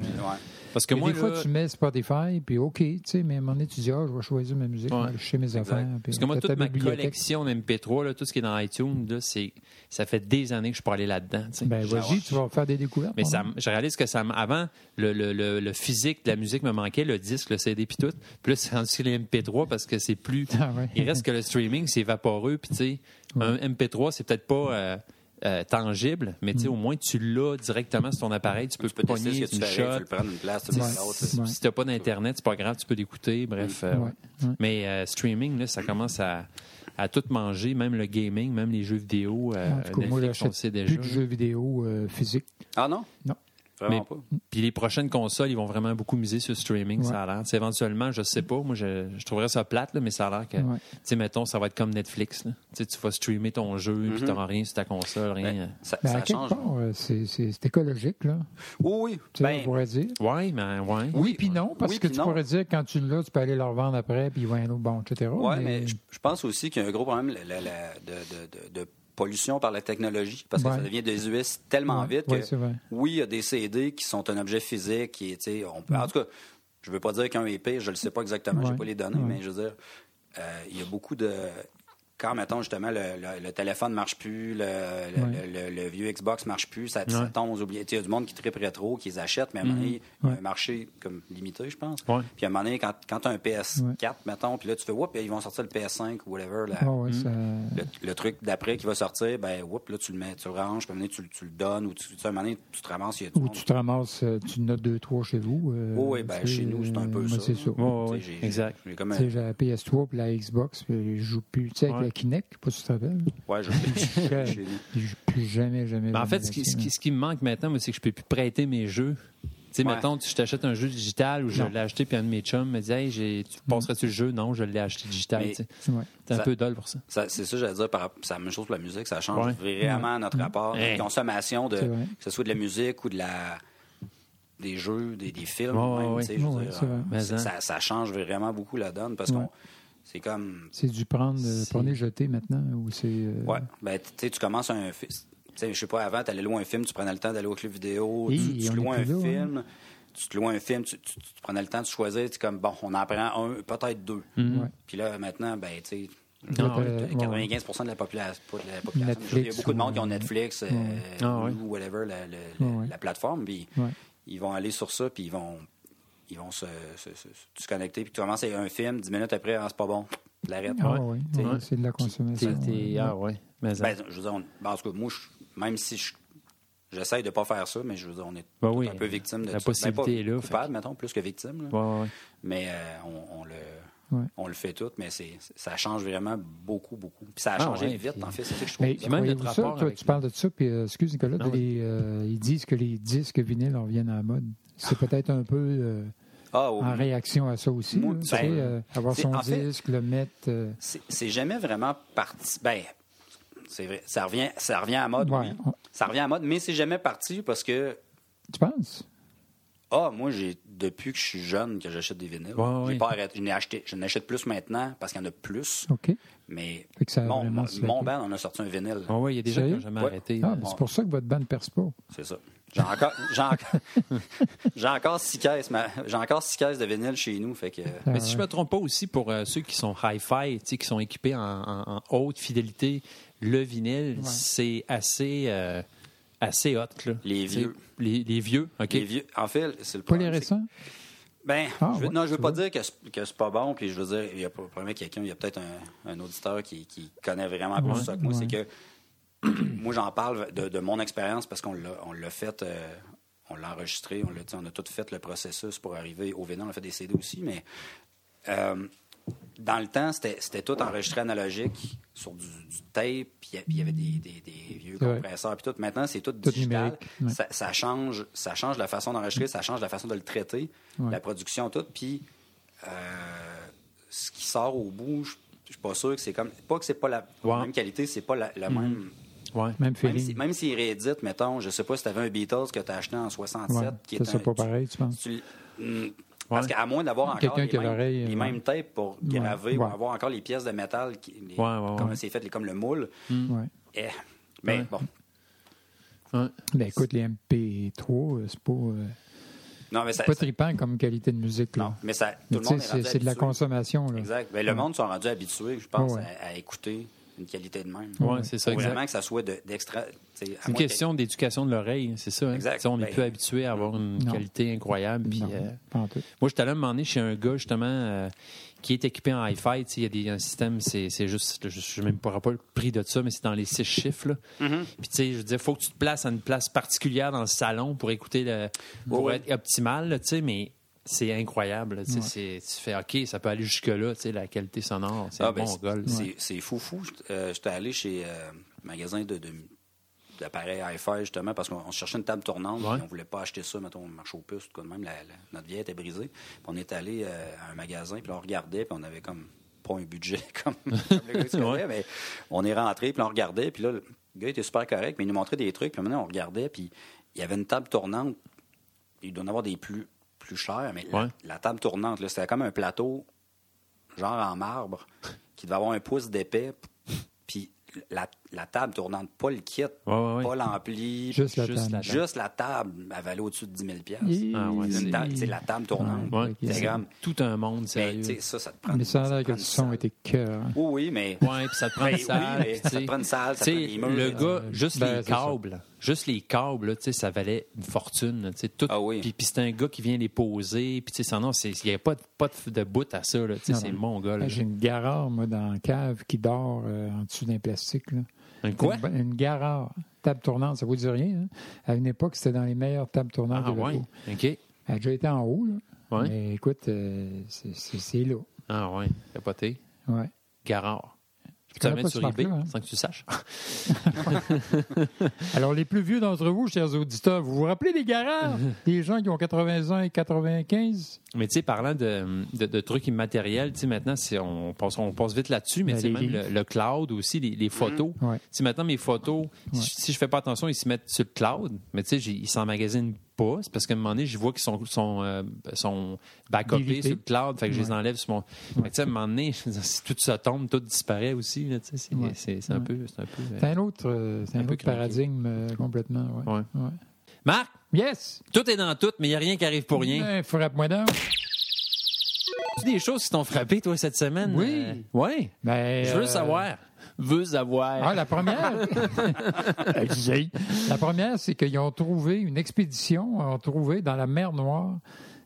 Parce que
Mais
moi,
des fois,
là,
tu mets Spotify, puis OK, tu sais, mais à un moment donné, tu dis, ah, je vais choisir ma musique,
Ouais.
je vais chez mes affaires. puis
Parce que moi,
t'as ta
toute ma
bibliothèque.
collection MP3, là, tout ce qui est dans iTunes, là, c'est- ça fait des années que je peux aller là-dedans. tu sais.
Ben,
ouais.
vas-y, tu vas faire des découvertes.
Mais
mon
ça,
homme.
me- je réalise que ça me- avant le, le- le- le physique de la musique me manquait, le disque, le CD puis tout. Plus c'est rendu sur les MP3 parce que c'est plus.
Ah ouais.
Il reste que le streaming, c'est vaporeux. Puis tu sais, un MP3, c'est peut-être pas euh, euh, tangible, mais tu
Mm.
sais, au moins tu l'as directement sur ton appareil. Tu peux,
Tu peux tester
pogner
ce que tu
une
fais, avec,
shot.
tu le prends d'une place, tu le
Tu sais,
prends à l'autre.
Si
Ouais.
si t'as pas d'internet, c'est pas grave, tu peux l'écouter. Bref, euh,
Ouais,
ouais.
ouais.
mais euh, streaming, là, ça commence à, à tout manger, même le gaming, même les jeux vidéo. euh,
En tout cas, moi,
Netflix, on le
j'achète
sait
plus
déjà.
de jeux vidéo euh, physiques.
Ah non?
Non. ben,
Vraiment
Mais-
pas.
Puis les prochaines consoles, ils vont vraiment beaucoup miser sur le streaming,
Ouais.
ça a l'air. Tu sais, éventuellement, je sais pas, moi, je, je trouverais ça plate, là, mais ça a l'air que,
Ouais.
tu sais, mettons, ça va être comme Netflix. là. Tu sais, tu vas streamer ton jeu, puis t'auras rien sur ta console, rien.
Ça,
Ben,
ça
à quelque
change. hein.
part, euh, c'est- c'est c'est écologique, là.
Oui, oui.
Tu sais,
Ben,
on pourrait dire.
Ouais, mais ouais.
Oui, puis non, parce
Oui,
que
puis
tu
non.
pourrais dire quand tu l'as, tu peux aller le revendre après, puis il va un autre bon, etc.
ouais, mais je, je pense aussi qu'il y a un gros problème la- la- la- de, de- de- de pollution par la technologie, parce que
Ouais.
ça devient désuet tellement
Ouais,
vite que,
ouais, c'est vrai.
oui, il y a des CD qui sont un objet physique, et, tu sais, on peut, en tout cas, je ne veux pas dire qu'un est pire, je ne le sais pas exactement, je
Mm. Ouais.
n'ai pas les données,
Ouais.
mais je veux dire, euh, il y a beaucoup de... Quand, mettons, justement, le, le- le téléphone ne marche plus, le, le-
Ouais.
le- le- le vieux Xbox ne marche plus, ça, ça
Ouais.
tombe aux oubliettes. Il y a du monde qui tripe rétro, qui les achète, mais à un moment
Mm-hmm.
donné, il y a un marché comme limité, je pense.
Ouais.
Puis à un moment donné, quand, quand tu as un PS4,
Ouais.
mettons, puis là, tu fais, oups, ils vont sortir le PS5 ou whatever, la- Hmm.
Ah ouais, ça-
le, le truc d'après qui va sortir, ben, oups, là, tu le mets, tu le ranges, puis à un moment donné, tu, le- tu le donnes, ou tu, tu sais, à un moment donné, tu te ramasses, il y a du
Ou
monde
tu te ramasses, euh, tu en as deux, trois chez vous. euh,
oui, oui, ben,
tu sais,
chez nous, c'est un peu
euh,
ça.
moi, C'est ça.
Ouais, ouais,
Tu sais,
ouais,
j'ai- j'ai-
exact.
J'ai comme
Tu
un-
sais, j'ai la PS3 puis la Xbox, puis je joue plus. Tu sais, avec
Ouais.
la Kinect, je sais pas si tu te rappelles.
*laughs* Ouais, je je- je-
Je joue plus jamais, jamais.
Mais
Ben,
Ben, en
jamais
fait, ce qui,
avec ça.
ce qui- ce qui me manque maintenant, moi, c'est que je peux plus prêter mes jeux. Tu sais,
Ouais.
mettons, tu t'achètes un jeu digital ou je
Non.
l'ai acheté, puis un de mes chums me dit, hey, j'ai- tu passerais-tu le jeu? Non, je l'ai acheté digital.
Mm. Mais-
tu sais.
Ouais.
C'est un
Ça-
peu dole pour ça.
ça- C'est ça, j'allais dire, par rap- c'est la même chose pour la musique, ça change vraiment notre rapport
Ouais.
de consommation, de,
C'est vrai.
que ce soit de la musique ou de la des jeux, des, des films.
Ouais, ouais,
même,
ouais.
tu sais, je veux
Ouais,
dire,
c'est vrai.
euh,
Mais
c'est-
hein.
ça, ça change vraiment beaucoup la donne parce qu'on c'est comme
C'est du prendre, euh,
C'est-
prenez jeter maintenant, ou c'est. euh,
ouais, ben tu sais, tu commences un fi- tu sais, je sais pas, avant, tu allais louer un film, tu prenais le temps d'aller au club vidéo,
Hi,
tu,
on
tu
est
louais un
plus là, hein.
film, tu te louais un film, tu, tu- tu prenais le temps de choisir, tu es comme bon, on en prend un, peut-être deux.
Ouais.
Puis là, maintenant, ben, tu sais,
Là,
Ah, ouais,
t'as- ouais, ouais.
95 de la population. Pas de la population mais je veux dire, il y a
Netflix
beaucoup de monde
ou-
qui ont Netflix euh,
Ah ouais.
ou whatever, la, la- la-
Ouais, ouais.
la plateforme. Puis
Ouais.
ils vont aller sur ça, puis ils vont, ils vont se, se- se- se connecter. Puis tu commences à un film, 10 minutes après, ah, c'est pas bon, tu l'arrêtes.
Ah,
Ouais.
ouais,
T'sais,
ouais, c'est de la consommation.
T'es- t'es-
ouais.
Ah ouais. Mais hein.
Ben, je veux dire, on- ben, en tout cas, moi, je- même si je- j'essaye de pas faire ça, mais je veux dire, on est
Ben
tous
oui,
un peu victime de
la
ça. Ben,
possibilité est là,
pas coupable,
fait que-
mettons, plus que victime. là.
Ouais, ouais, ouais.
Mais euh, on, on le.
Ouais.
On le fait tout, mais c'est, ça change vraiment beaucoup, beaucoup. Puis ça a
Ah
changé
ouais,
vite,
puis-
en fait. C'est ça que je trouve.
Mais
Puis même
croyez-vous
notre
ça,
rapport
toi,
avec
tu
les-
parles de ça, puis euh, excuse Nicolas,
Ah
Non,
de les, euh, ils disent que les disques vinyles en reviennent à la mode. C'est peut-être un peu euh,
Ah, oui.
en réaction à ça aussi.
Moi,
là, tu
ben,
sais, euh, avoir
c'est-
son
en fait-
disque, le mettre. euh,
C'est c'est jamais vraiment parti. Ben, c'est vrai. Ça revient, ça revient à mode,
Ouais.
oui. Ça revient à mode, mais c'est jamais parti parce que.
tu penses?
Ah, moi, j'ai depuis que je suis jeune que j'achète des vinyles.
Ouais,
j'ai
ouais.
pas arrêté. Je n'ai acheté. Je n'achète plus maintenant parce qu'il y en a plus.
OK.
Mais
Fait que ça a
mon,
vraiment
mon-
slacké.
mon band en a sorti un vinyle.
Ah ouais, il y a des gens qui
Sérieux?
n'ont jamais
Ouais.
arrêté.
Ah,
là.
ben, c'est pour ça que votre bande ne perce pas.
C'est ça. J'ai encore, j'ai encore, *laughs* j'ai encore six caisses, ma- j'ai encore six caisses de vinyle chez nous, fait que.
Ah,
Mais si je
ouais.
me trompe pas aussi, pour euh, ceux qui sont hi-fi, tu sais, qui sont équipés en, en- en haute fidélité, le vinyle,
Ouais.
c'est assez, euh, assez hot. Là.
Les
Tu sais,
vieux.
Les, les vieux, OK.
Les vieux, en fait, c'est le
Pas les
problème. c'est que-
récents?
Ben,
Ah,
je veux-
ouais,
non, je veux
c'est
pas
vrai.
dire que c'est, que c'est pas bon, puis je veux dire, il y a pas- probablement quelqu'un, il y a peut-être un, un auditeur qui, qui connaît vraiment plus
Ouais,
ça que moi,
ouais.
c'est que *clears throat* moi, j'en parle de, de mon expérience parce qu'on l'a, on l'a fait, euh, on l'a enregistré, on l'a, tu sais, on a tout fait le processus pour arriver au Vénin, on a fait des CD aussi, mais euh, dans le temps, c'était, c'était tout enregistré analogique sur du, du tape, puis il y a- puis il y avait des, des- des vieux
C'est vrai.
compresseurs, puis tout. Maintenant, c'est tout digital.
numérique, ouais.
Ça, ça change, ça change la façon d'enregistrer, ça change la façon de le traiter,
Ouais.
la production, tout. Puis euh, ce qui sort au bout, je je suis pas sûr que c'est comme. Pas que c'est pas la
Ouais.
même qualité, c'est pas la, la
Mhm.
même.
Ouais.
Même
Même si-
feeling.
même s'ils rééditent, mettons, je sais pas si tu avais un Beatles que tu as acheté en 67
Ouais,
qui
ça,
est
c'est
un-
pas
tu-
pareil, tu penses?
tu- Mm. Parce qu'à moins d'avoir encore
Quelqu'un
les,
qui a
mêmes,
l'oreille,
les
ouais.
mêmes tapes pour graver ou
ouais.
avoir encore les pièces de métal, qui, les-
Ouais, ouais, ouais.
comme c'est fait, les- comme le moule.
Ouais.
Eh, mais
Ouais.
bon,
Ouais.
Ben, écoute, les MP3, euh, c'est pas, euh,
non, mais ça,
pas trippant comme qualité de musique. Là.
non, mais ça, tout
Mais
le
tu sais,
monde est
c'est
rendu
c'est de la
habitué.
consommation. Là.
Exact. Mais le monde sont rendus habitués, je pense,
Ouais, ouais.
à, à écouter une qualité de même.
Ouais, c'est ça,
Faut
exact.
Vraiment que ça soit de- d'extra. tu sais, à
C'est une
moins que-
question d'éducation de l'oreille, c'est ça. hein?
Exact.
Tu sais, On n'est
Ben-
plus habitué à avoir une
Non.
qualité incroyable. puis,
Non,
euh,
pas en tout.
Moi, j'étais allé me demander chez un gars, justement, euh, qui est équipé en hi-fi. tu sais, Il y a des, un système, c'est c'est juste, je ne me rappelle pas le prix de ça, mais c'est dans les six chiffres. là.
Mm-hmm.
Puis, tu sais, je veux dire, faut que tu te places à une place particulière dans le salon pour écouter, le, pour
Ouais.
être optimal, là, tu sais, mais c'est incroyable. là, tu sais, c'est- Tu fais, OK, ça peut aller jusque-là, tu sais, la qualité sonore. C'est
Ah,
un
ben,
bon
c'est-
goal.
C'est c'est fou, fou. J'étais allé chez euh, un magasin euh, de, de, d'appareils hi-fi, justement, parce qu'on on cherchait une table tournante,
Ouais.
puis on voulait pas acheter ça, mettons, au marché aux puces, ou de quoi de même. La- la- notre vieille était brisée. Puis on est allé euh, à un magasin, puis là, on regardait, puis on avait comme pas un budget *laughs* comme, comme le gars qui se connaît, mais on est rentré, puis on regardait, puis là, le gars était super correct, mais il nous montrait des trucs, puis maintenant, on regardait, puis il y avait une table tournante il doit en avoir des plus, plus chers, mais la-
Ouais.
la, table tournante, là, c'était comme un plateau, genre
*laughs*
en marbre, qui devait avoir un pouce d'épais, puis la, la table tournante, pas le kit,
Ah ouais, ouais.
pas l'ampli,
Juste la
Juste
table.
la-
juste la table, elle valait au-dessus de 10 000
Hi-
Ah ouais,
C'est
c'est-
une table- c'est la table tournante.
Ouais,
C'est
c'est
comme-
tout un monde
Mais
sérieux.
tu sais, ça, ça te prend...
Mais ça a
te
l'air que
prend
le
une
son
salle.
était cœur. hein.
Oui, oui, mais...
Ouais, puis ça te prend
Ben
une
oui,
salle.
mais
puis,
ça te
tu
prend une salle, ça
sais,
te prend des murs,
Le
là.
gars, juste
Ben,
les
c'est ça.
câbles, juste les câbles, là, tu sais, ça valait une fortune. là, tu sais, tout,
Ah oui.
Puis puis c'est un gars qui vient les poser. Puis tu sais, sans nom, c'est- il n'y avait pas de, pas de, de bout à ça. là, tu sais,
Non,
C'est
non.
mon gars. là.
Ben, J'ai une garare, moi, dans la cave qui dort euh, en dessous d'un plastique. Là.
Un quoi?
Une, une garare. Table tournante, ça vous dit rien. hein? À une époque, c'était dans les meilleures tables tournantes
Ah
de
ouais. OK.
Elle a déjà été en haut. Là.
Ouais.
Mais écoute, euh, c'est- c'est c'est là.
Ah ouais. Capoté.
Ouais.
Garard. Je peux t'amener
connais pas
sur
ce
eBay
marque-là, hein.
sans que tu saches.
Alors, les plus vieux d'entre vous, chers auditeurs, vous vous rappelez des garages? *laughs* des gens qui ont 80 ans et 95?
Mais tu sais, parlant de, de, de trucs immatériels, tu sais, maintenant, c'est- on passe, on passe vite là-dessus, mais tu
Ben,
sais,
les
même
livres.
le, le cloud aussi, les, les photos.
Ouais.
Tu sais, maintenant, mes photos, si, je- si je fais pas attention, ils se mettent sur le cloud, mais tu sais, j'ai- ils s'emmagasinent pas. C'est parce qu'à un moment donné, je vois qu'ils sont, sont, euh, sont backupés
Délité.
sur le cloud, fait que je les
Ouais.
enlève sur mon. Fait que tu sais, à un moment donné, *laughs* je veux dire, si tout ça tombe, tout disparaît aussi, là, tu sais, c'est
Ouais.
c'est- c'est un
Ouais.
peu. c'est un peu, euh,
C'est un autre, euh, c'est
Un
un
peu
autre paradigme euh, complètement. ouais.
Ouais.
Ouais.
Marc,
Yes!
tout est dans tout, mais il n'y a rien qui arrive pour rien.
Eh, Frappe-moi donc.
As-tu des choses qui t'ont frappé, toi, cette semaine?
Oui.
oui.
Ben,
Je veux
euh,
savoir. Veux savoir.
Ah, la première! la première, c'est qu'ils ont trouvé une expédition, ont trouvé dans la mer Noire.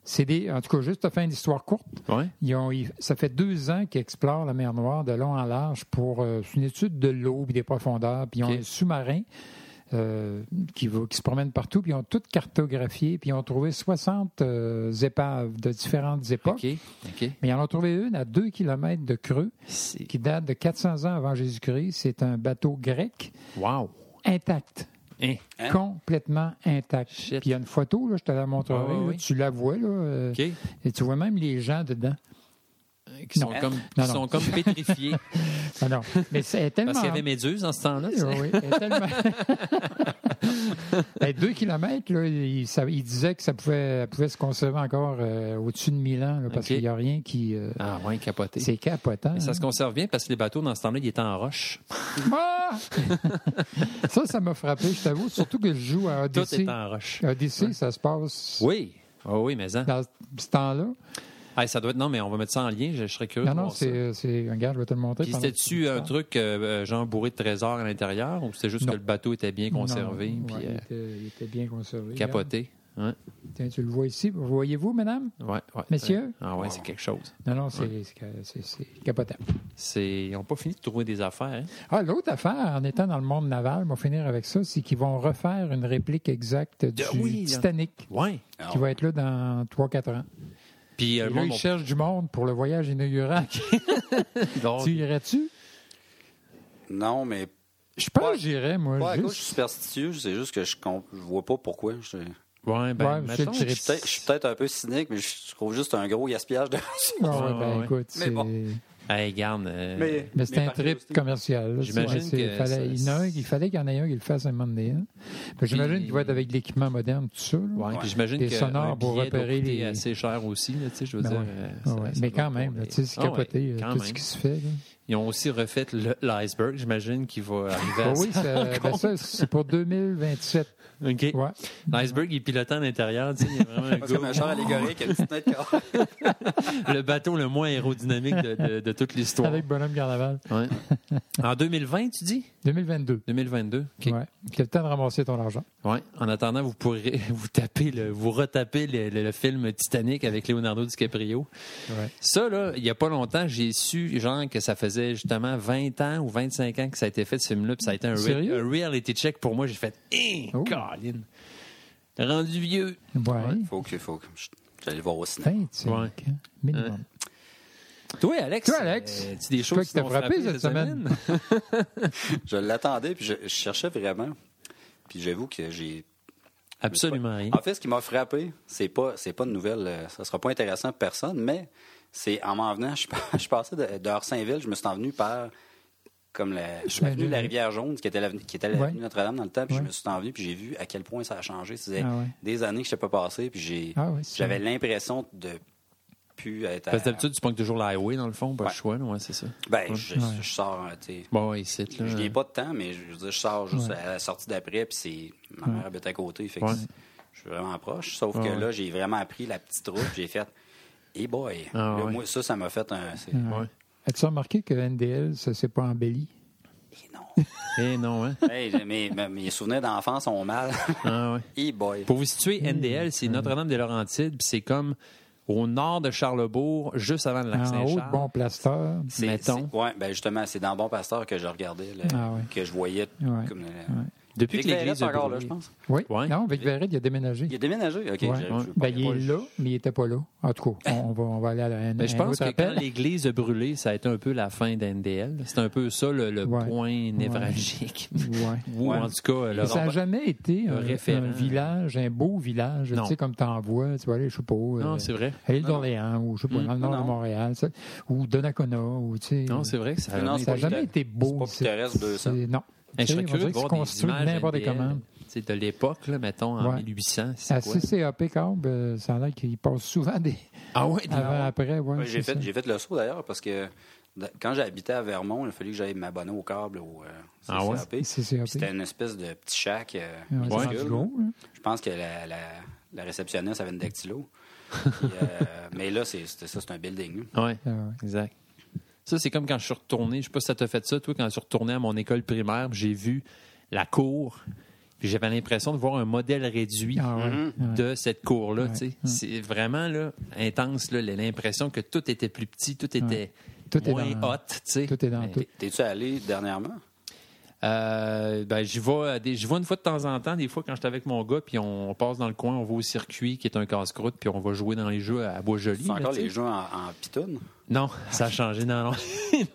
C'est des, en tout cas, juste à faire une histoire courte,
Ouais.
Ils ont- ils- ça fait deux ans qu'ils explorent la mer Noire de long en large pour euh, c'est une étude de l'eau puis des profondeurs. Puis ils ont
OK.
un sous-marin euh, qui, va- qui se promène partout. Puis ils ont tout cartographié. Puis ils ont trouvé 60 euh, épaves de différentes époques.
OK. OK.
Mais ils en ont trouvé une à 2 km de creux
C'est-
qui date de 400 ans avant Jésus-Christ. C'est un bateau grec
Wow.
intact.
Hein.
Hein?
Complètement intact.
Shit.
Puis il y a une photo, là, je te la montrerai.
Ah, ouais,
là,
ouais.
Tu la vois, là. euh,
OK.
Et tu vois même les gens dedans.
Qui sont
Non.
comme, qui
Non, non.
sont
*laughs*
comme pétrifiés.
Ah
*laughs*
non, mais c'est tellement.
parce qu'il y avait Méduse dans ce temps-là. tu sais.
Oui, elle est tellement- *laughs* Ben, deux kilomètres, là, il, ça- il disait que ça pouvait, elle pouvait se conserver encore euh, au-dessus de 1000 ans, là, parce
OK.
qu'il n'y a rien qui. euh,
Ah, ouais, capoté.
c'est capotant.
Mais ça
hein.
se conserve bien parce que les bateaux, dans ce temps-là, ils étaient en roche.
Ah! *laughs* ça, ça m'a frappé, je t'avoue. Surtout que je joue à
Tout
Odyssey.
était en roche.
Odyssey, ça se passe
Oui. Ah oui, mais hein.
dans ce temps-là.
Ah, ça doit être. Non, mais on va mettre ça en lien. Je, je serais curieux.
Non,
de
non,
voir ça.
c'est. c'est- Regarde, je vais te le montrer.
Puis
pendant que
c'était-tu un
parles.
truc, euh, euh, genre bourré de trésors à l'intérieur ou c'était juste
Non.
que le bateau était bien
Non,
conservé
ouais,
puis
il,
euh,
était, il était bien conservé.
capoté? Ouais.
Regarde. Tiens, tu le vois ici. Vous Voyez-vous, madame?
Ouais, ouais.
Messieurs?
Ah, ouais, c'est quelque chose.
Non, non, c'est c'est- c'est capotant.
C'est- Ils n'ont pas fini de trouver des affaires. hein?
Ah, l'autre affaire, en étant dans le monde naval, on va finir avec ça, c'est qu'ils vont refaire une réplique exacte du
Ah oui, là.
Titanic,
Ouais.
Ah,
qui va être là dans 3-4 ans.
Puis euh,
Et
le
là,
monde
ils
ont-
cherchent du monde pour le
*laughs*
voyage inaugural.
Donc,
tu irais-tu?
Non, mais
Je pense
Ouais.
que j'irais, moi.
pas à cause que je suis
juste.
superstitieux, c'est juste que je comp- je vois pas pourquoi. Je
Ouais, ben,
Ouais, monsieur
mettons,
le directeur.
je suis peut-être- je suis peut-être un peu cynique, mais je trouve juste un gros gaspillage de
Ah ouais,
Ouais,
ben,
ouais.
écoute,
Mais
c'est-
bon.
Hey, garde. euh,
Mais c'est un trip commercial. là, tu sais,
J'imagine
c'est-
que
fallait-
ça-
il, y en a un- il fallait qu'il y en ait un qui le fasse un moment donné. hein. Ben, J'imagine qu'il va être avec de l'équipement moderne, tout ça. là.
ouais,
Ouais.
puis j'imagine
Des
que
sonores
un
pour
billet doit
repérer
coûter
les-
assez cher aussi, là, tu sais, je veux
Ben
dire.
ouais.
euh,
Ah
ça-
ouais.
ça
Mais
doit
quand même,
pas-
là, tu sais, c'est
Ah ouais,
capoté, euh,
quand
tout
même.
ce qui se fait. là.
Ils ont aussi refait le- l'iceberg, j'imagine, qui
*laughs*
va arriver à
Ah oui,
*laughs*
ça- ben ça, c'est pour 2027.
OK.
Ouais.
L'iceberg, il pilotait à l'intérieur, tu sais, il y a vraiment
*laughs*
un
C'est comme
gars-
un genre allégorique, une petite tête
*laughs*
carrée.
le bateau le moins aérodynamique de, de- de toute l'histoire.
Avec Bonhomme Carnaval.
Ouais. En 2020, tu dis?
2022.
2022. OK.
Ouais. Tu as le temps de ramasser ton argent.
Ouais. En attendant, vous pourrez *laughs* vous taper le, vous retaper le, le- le film Titanic avec Leonardo DiCaprio.
Ouais.
Ça, là, il n'y a pas longtemps, j'ai su, genre, que ça faisait justement 20 ans ou 25 ans que ça a été fait, ce film-là, puis ça a été un, re-
Sérieux?
un reality check pour moi. J'ai fait, hé,
Oh.
Colin, rendu vieux.
Ouais.
Faut que, faut que. je- J'allais le voir au cinéma.
25,
Ouais. Euh,
hein, minimum.
Toi, Alex.
Toi, Alex, euh,
tu des
toi
choses qui
qui
t'ont
t'as frappé
frappé
cette
cette semaine?
Je l'attendais, puis je, je cherchais vraiment. Puis j'avoue que j'ai
*laughs* Absolument rien.
En fait, ce qui m'a frappé, c'est pas, c'est pas une nouvelle, euh, ça sera pas intéressant pour personne, mais c'est en m'en venant, *laughs* je, pa- je passais de, de Saint-Ville, je me suis envenu par comme la,
Chemin
l'avenue de la
de-
rivière jaune, qui était l'avenue, qui était l'avenue
Ouais.
Notre-Dame dans le temps, puis je
Ouais.
me suis envenu, puis j'ai vu à quel point ça a changé. Ça faisait
Ah ouais.
des années que je n'étais pas passé, puis j'ai,
Ah ouais, c'est
j'avais
vrai.
l'impression de plus être. à-
Parce que d'habitude, tu pognes toujours l'highway, dans le fond, pas
Ouais.
le choix, là, ouais, c'est ça.
ben, je,
Ouais.
je sors, hein, tu sais,
Bon, ouais, ici, là. euh,
Je n'ai pas de temps, mais je, je veux dire, je sors juste à la sortie d'après, puis c'est ma mère habite à côté, fait que
Ouais.
c'est- je suis vraiment proche. Sauf que
Ouais,
là, j'ai vraiment pris la petite route, puis j'ai fait, hey boy,
Ah,
Là,
ouais.
moi, ça, ça m'a fait un. c'est-
Ouais.
As-tu remarqué que NDL, ça s'est pas embelli?
Eh non.
Eh non, hein.
Hey, j'ai- mes, mes- mes souvenirs d'enfance sont mal. *laughs*
Ah, ouais.
hey boy.
Pour vous situer,
Hmm.
NDL, c'est Notre-Dame-des-Laurentides, puis c'est comme au nord de Charlebourg, juste avant le lac
En haut, de
Saint-Charles.
bon plasteur.
C'est-
mettons.
c'est- ouais, ben justement, c'est dans Bon Pasteur que je regardais, là,
Ah, ouais.
que je voyais.
Ouais.
Comme,
Depuis que
Vic Verrette
l'église a
encore, là,
brûlé.
je pense.
Oui.
Ouais.
Non, avec Verret, il a déménagé.
Il a déménagé. OK.
Ouais.
j'ai- je-
Ben, il est là, mais il n'était pas là. En tout cas, on va, on va aller à la,
Mais
un,
Ben, je
un
pense
autre
que quand
appel.
l'église a brûlé, ça a été un peu la fin d'NDL. C'est un peu ça le, le
Ouais.
point névralgique.
*laughs* Ouais.
Ou en tout cas, le-
Mais ça n'a jamais été un,
référent.
un village, un beau village,
Non.
tu sais, comme t'en vois, tu vas aller, je sais pas,
Non,
euh,
c'est vrai.
à l'île d'Orléans, ou je sais pas,
Mm,
dans le nord
non.
de Montréal, ça- ou Donnacona, ou tu sais. euh,
Non, c'est vrai que ça a
Non,
Ça n'a
c'est
jamais
pas-
été beau.
c'est pas pittoresque de ça.
c'est- Non.
Hey, je serais
Tu sais, on
curieux
dirait
de
que c'est
voir des
construit
images
n'importe
NDL,
comment.
tu sais, de l'époque, là, mettons, en
Ouais. Ah,
1800. c'est
À
quoi?
CCAP, Corbe, euh, ça a l'air qu'ils passent souvent des
Ah ouais, des-
avant-après. Ouais,
Ouais, j'ai,
c'est
fait,
ça.
j'ai fait le saut d'ailleurs parce que d- quand j'habitais à Vermont, il a fallu que j'aille m'abonner au câble au euh,
Ah ouais?
CCAP.
CCAP.
Puis C'était une espèce de petit shack. euh,
Ouais, c'est
minuscule.
rendu gros, là.
Je pense que la, la, la réceptionniste avait une dactylo. Puis,
*laughs*
euh, mais là, c'est, c'était ça, c'est un building. là.
Ouais,
Ah ouais.
exact. Ça, c'est comme quand je suis retourné, je sais pas si ça t'a fait ça, toi, quand je suis retourné à mon école primaire, puis j'ai vu la cour, puis j'avais l'impression de voir un modèle réduit
Ah ouais.
Mm-hmm.
de cette cour-là. tu sais. C'est vraiment là, intense, là, l'impression que tout était plus petit, tout était
Tout est
moins
dans-
hot. tu sais.
Tout est dans
Mais-
tout.
T'es-tu allé dernièrement?
Euh, ben, j'y vais, à des- j'y vais une fois de temps en temps, des fois quand j'étais avec mon gars, puis on, on passe dans le coin, on va au circuit qui est un casse-croûte, puis on va jouer dans les jeux à Bois-Joli.
C'est
là,
encore
tu sais.
les jeux en, en pitoune?
Non, ça a changé. Non, *laughs* non,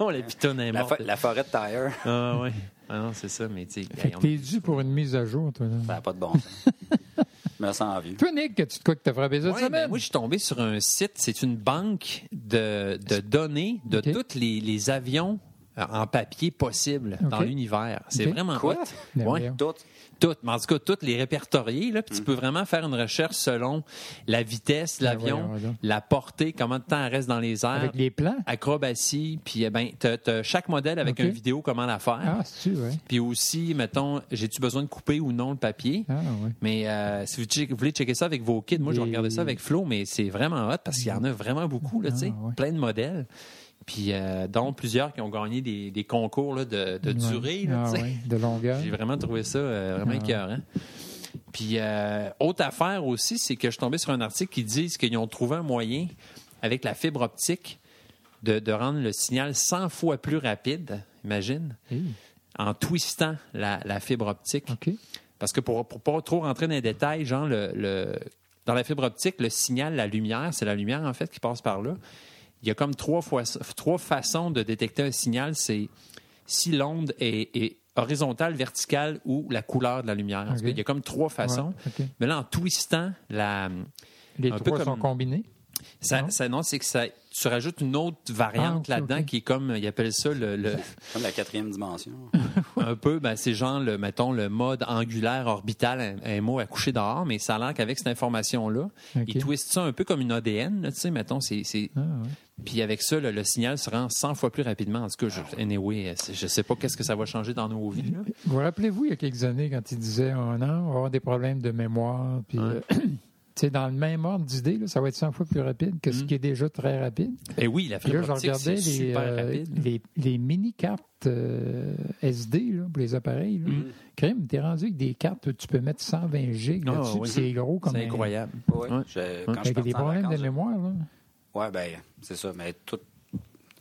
non la pitonne est
La,
morte.
fo- la forêt de tire.
Ah ouais. Ah non, c'est ça, mais tu sais,
Fait que
on-
t'es dû pour une mise à jour, toi. là.
*laughs* Ça n'a pas de bon
*laughs*
sens. Je me sens vieux.
Toi, Nick, que tu te quoi que t'as frappé cette
Ouais, ben,
semaine?
moi, je suis tombé sur un site, c'est une banque de, de données de
Ok.
tous les, les avions euh, en papier possibles dans
Ok.
l'univers. C'est
Ok.
vraiment
Quoi?
hot.
Ben
Ouais.
voyons.
Tout.
Toutes, mais en tout cas, toutes les répertoriées. Là, puis tu peux vraiment faire une recherche selon la vitesse, l'avion,
Ben
Ah.
voyons donc.
la portée, comment de temps elle reste dans les airs,
Avec les plans?
acrobatie, puis eh ben, t'as- t'as chaque modèle avec
Ok.
une vidéo comment la faire.
Ah, c'est-tu, ouais.
Puis aussi, mettons, j'ai-tu besoin de couper ou non le papier?
Ah, ouais.
Mais euh, si vous che- vous voulez checker ça avec vos kids, moi, je
Des-
regardais ça avec Flo, mais c'est vraiment hot parce qu'il y en a vraiment beaucoup, là, tu sais,
Ah, ouais.
plein de modèles. Puis, euh, dont plusieurs qui ont gagné des, des concours là, de, de durée. là,
Ah,
tu sais.
ouais, Ah. de longueur.
J'ai vraiment trouvé ça euh, vraiment écœurant. Puis, euh, autre affaire aussi, c'est que je suis tombé sur un article qui dit qu'ils ont trouvé un moyen avec la fibre optique de, de rendre le signal 100 fois plus rapide, imagine,
Hey,
en twistant la, la fibre optique.
OK.
Parce que pour ne pas trop rentrer dans les détails, genre, le, le- dans la fibre optique, le signal, la lumière, c'est la lumière en fait qui passe par là. Il y a comme trois, fois, trois façons de détecter un signal. C'est si l'onde est, est horizontale, verticale ou la couleur de la lumière. Parce
Ok.
qu'il y a comme trois façons.
Ouais, ok.
Mais là, en twistant, la,
Les
Un peu
trois sont
comme-
combinés.
ça,
Non.
ça- non, c'est que ça, tu rajoutes une autre variante
Ah, ok,
là-dedans
ok.
qui est comme, ils appellent ça le-
*laughs*
le,
Comme la quatrième dimension.
un peu, ben, c'est genre, le, mettons, le mode angulaire orbital, un, un mot à coucher dehors, mais ça a l'air qu'avec cette information-là,
Ok.
ils twistent ça un peu comme une ADN, là, tu sais, mettons, c'est... c'est-
Ah, ouais.
Puis avec ça, le, le signal se rend 100 fois plus rapidement. En tout cas, je, anyway, euh, c'est- je sais pas qu'est-ce que ça va changer dans nos vies. là.
Vous rappelez-vous, il y a quelques années, quand il disait oh, non, on va avoir des problèmes de mémoire, puis. euh, *clears throat* tu sais, dans le même ordre d'idée, là, ça va être 100 fois plus rapide
Mm.
que ce qui est déjà très rapide.
Ben oui, la
Puis là, je
fibre optique,
regardais
c'est
les,
super
euh,
rapide.
les, les mini-cartes euh, SD là, pour les appareils. Là. Crime, t'es rendu avec des cartes où tu peux mettre 120 gigs
Mm. Ah,
là-dessus,
oui.
puis c'est gros comme
C'est
un-
incroyable.
Ouais.
Ouais.
Je- quand je
Fait
suis
que des
parti en
problèmes de
vacances, je-
mémoire, là.
*laughs*
Ouais, ben, c'est ça. Mais tout,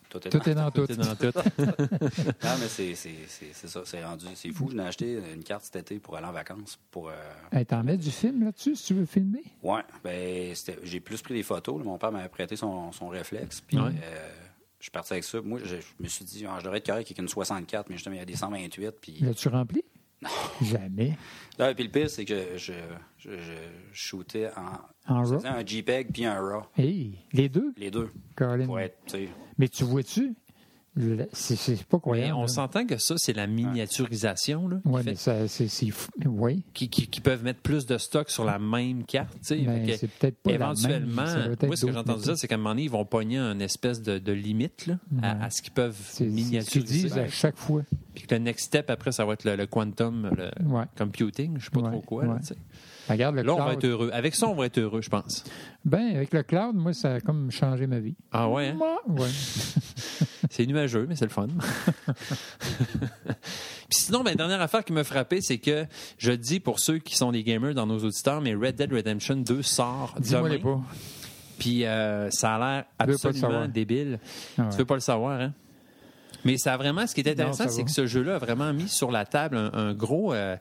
tout est
tout est dans tout.
C'est dans
*laughs*
tout.
Non, mais c'est c'est- c'est- c'est ça, c'est rendu. C'est fou. J'en ai acheté une carte cet été pour aller en vacances. Pour, euh,
Hey, T'en mets du film là-dessus si tu veux filmer?
Ouais, ben, c'était- j'ai plus pris des photos. là. Mon père m'avait prêté son, son réflexe. Puis
Ouais.
euh, je suis parti avec ça. Moi, je, je me suis dit, ah, je devrais être correct avec une 64, mais justement, il y a des 128. Puis
L'as-tu rempli? Jamais.
Là, puis le pire, c'est que je, je, je shootais en,
En
je
RAW?
faisais un JPEG puis un RAW,
Hey, les deux,
les deux.
Colin.
Pour être, tu sais,
Mais tu vois-tu? le- C'est c'est pas
Mais
croyable.
on
là.
s'entend que ça, c'est la miniaturisation là, qui
Ouais,
fait-
mais ça, c'est. c'est fou. Mais Oui.
qui, qui- qui peuvent mettre plus de stock sur la même carte. tu sais.
Ben,
Fait que
c'est peut-être pas la
Éventuellement,
même, ça doit être
moi, ce que
d'autres
j'ai entendu
méthodes.
dire, c'est qu'à un moment donné, ils vont pogner une espèce de, de limite là, à,
Ouais.
à ce qu'ils peuvent
C'est c'est ce qu'ils
miniaturiser. Ben,
disent à chaque fois.
Puis que le next step, après, ça va être le, le quantum le
Ouais.
computing, je sais pas
Ouais,
trop quoi. Là,
ouais.
tu sais.
Regarde le
Là, on va
cloud.
être heureux. Avec ça, on va être heureux, je pense.
Ben, avec le cloud, moi, ça a comme changé ma vie.
Ah ouais, hein?
Moi, ouais.
c'est nuageux, mais c'est le fun. *laughs* Puis sinon, ma dernière affaire qui m'a frappé, c'est que je le dis pour ceux qui sont des gamers dans nos auditeurs, mais Red Dead Redemption 2 sort
Dis-moi les
demain.
pas.
Puis euh, ça a l'air
veux pas le
absolument
savoir.
débile.
Ah ouais.
Tu veux pas le savoir, hein? Mais ça a vraiment, ce qui est intéressant,
ça
c'est
va.
que ce jeu-là a vraiment mis sur la table un, un gros, euh,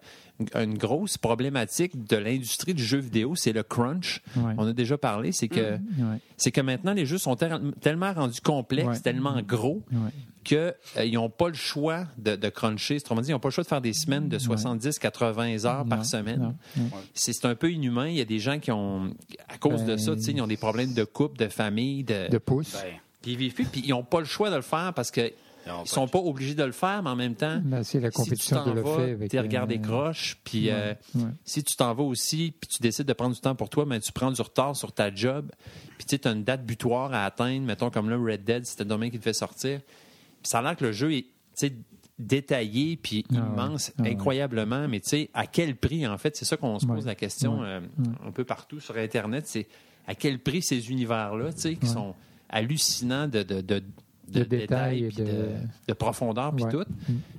une grosse problématique de l'industrie du jeu vidéo, c'est le crunch.
Ouais.
On a déjà parlé, c'est que,
Ouais.
c'est que maintenant les jeux sont ter- tellement rendus complexes,
Ouais. Mm-hmm.
tellement gros,
Ouais.
qu'ils n'ont pas le choix de, de cruncher. Autrement dit, ils n'ont pas le choix de faire des semaines de 70-80 heures
Mm-hmm. Non,
par semaine
non, Mm-hmm. non.
c'est c'est un peu inhumain. Il y a des gens qui ont, à cause de
Ben,
ça, tu sais, ils ont des problèmes de couple, de famille, de,
De pouce.
ben,
Puis ils vivent plus, puis ils n'ont pas le choix de le faire parce que
Ils ont
ils sont pas obligés de le faire, mais en même temps,
Ben, c'est la compétition
si tu
de le
t'en
fait
vas,
avec.
tes regards
euh,
décrochent, puis euh,
ouais.
si tu t'en vas aussi, puis tu décides de prendre du temps pour toi, mais tu prends du retard sur ta job, puis tu as une date butoir à atteindre, mettons comme là Red Dead, c'était demain qui te fait sortir. Puis ça a l'air que le jeu est, tu sais, détaillé puis
Ah ouais,
immense,
ah ouais.
incroyablement, mais tu sais, à quel prix en fait, c'est ça qu'on se pose
Ouais,
la question
ouais,
euh, un peu partout sur Internet, c'est à quel prix ces univers-là, tu sais, qui sont hallucinants de, de, de, de
De détails et
puis
de-
de profondeur puis
Ouais.
tout.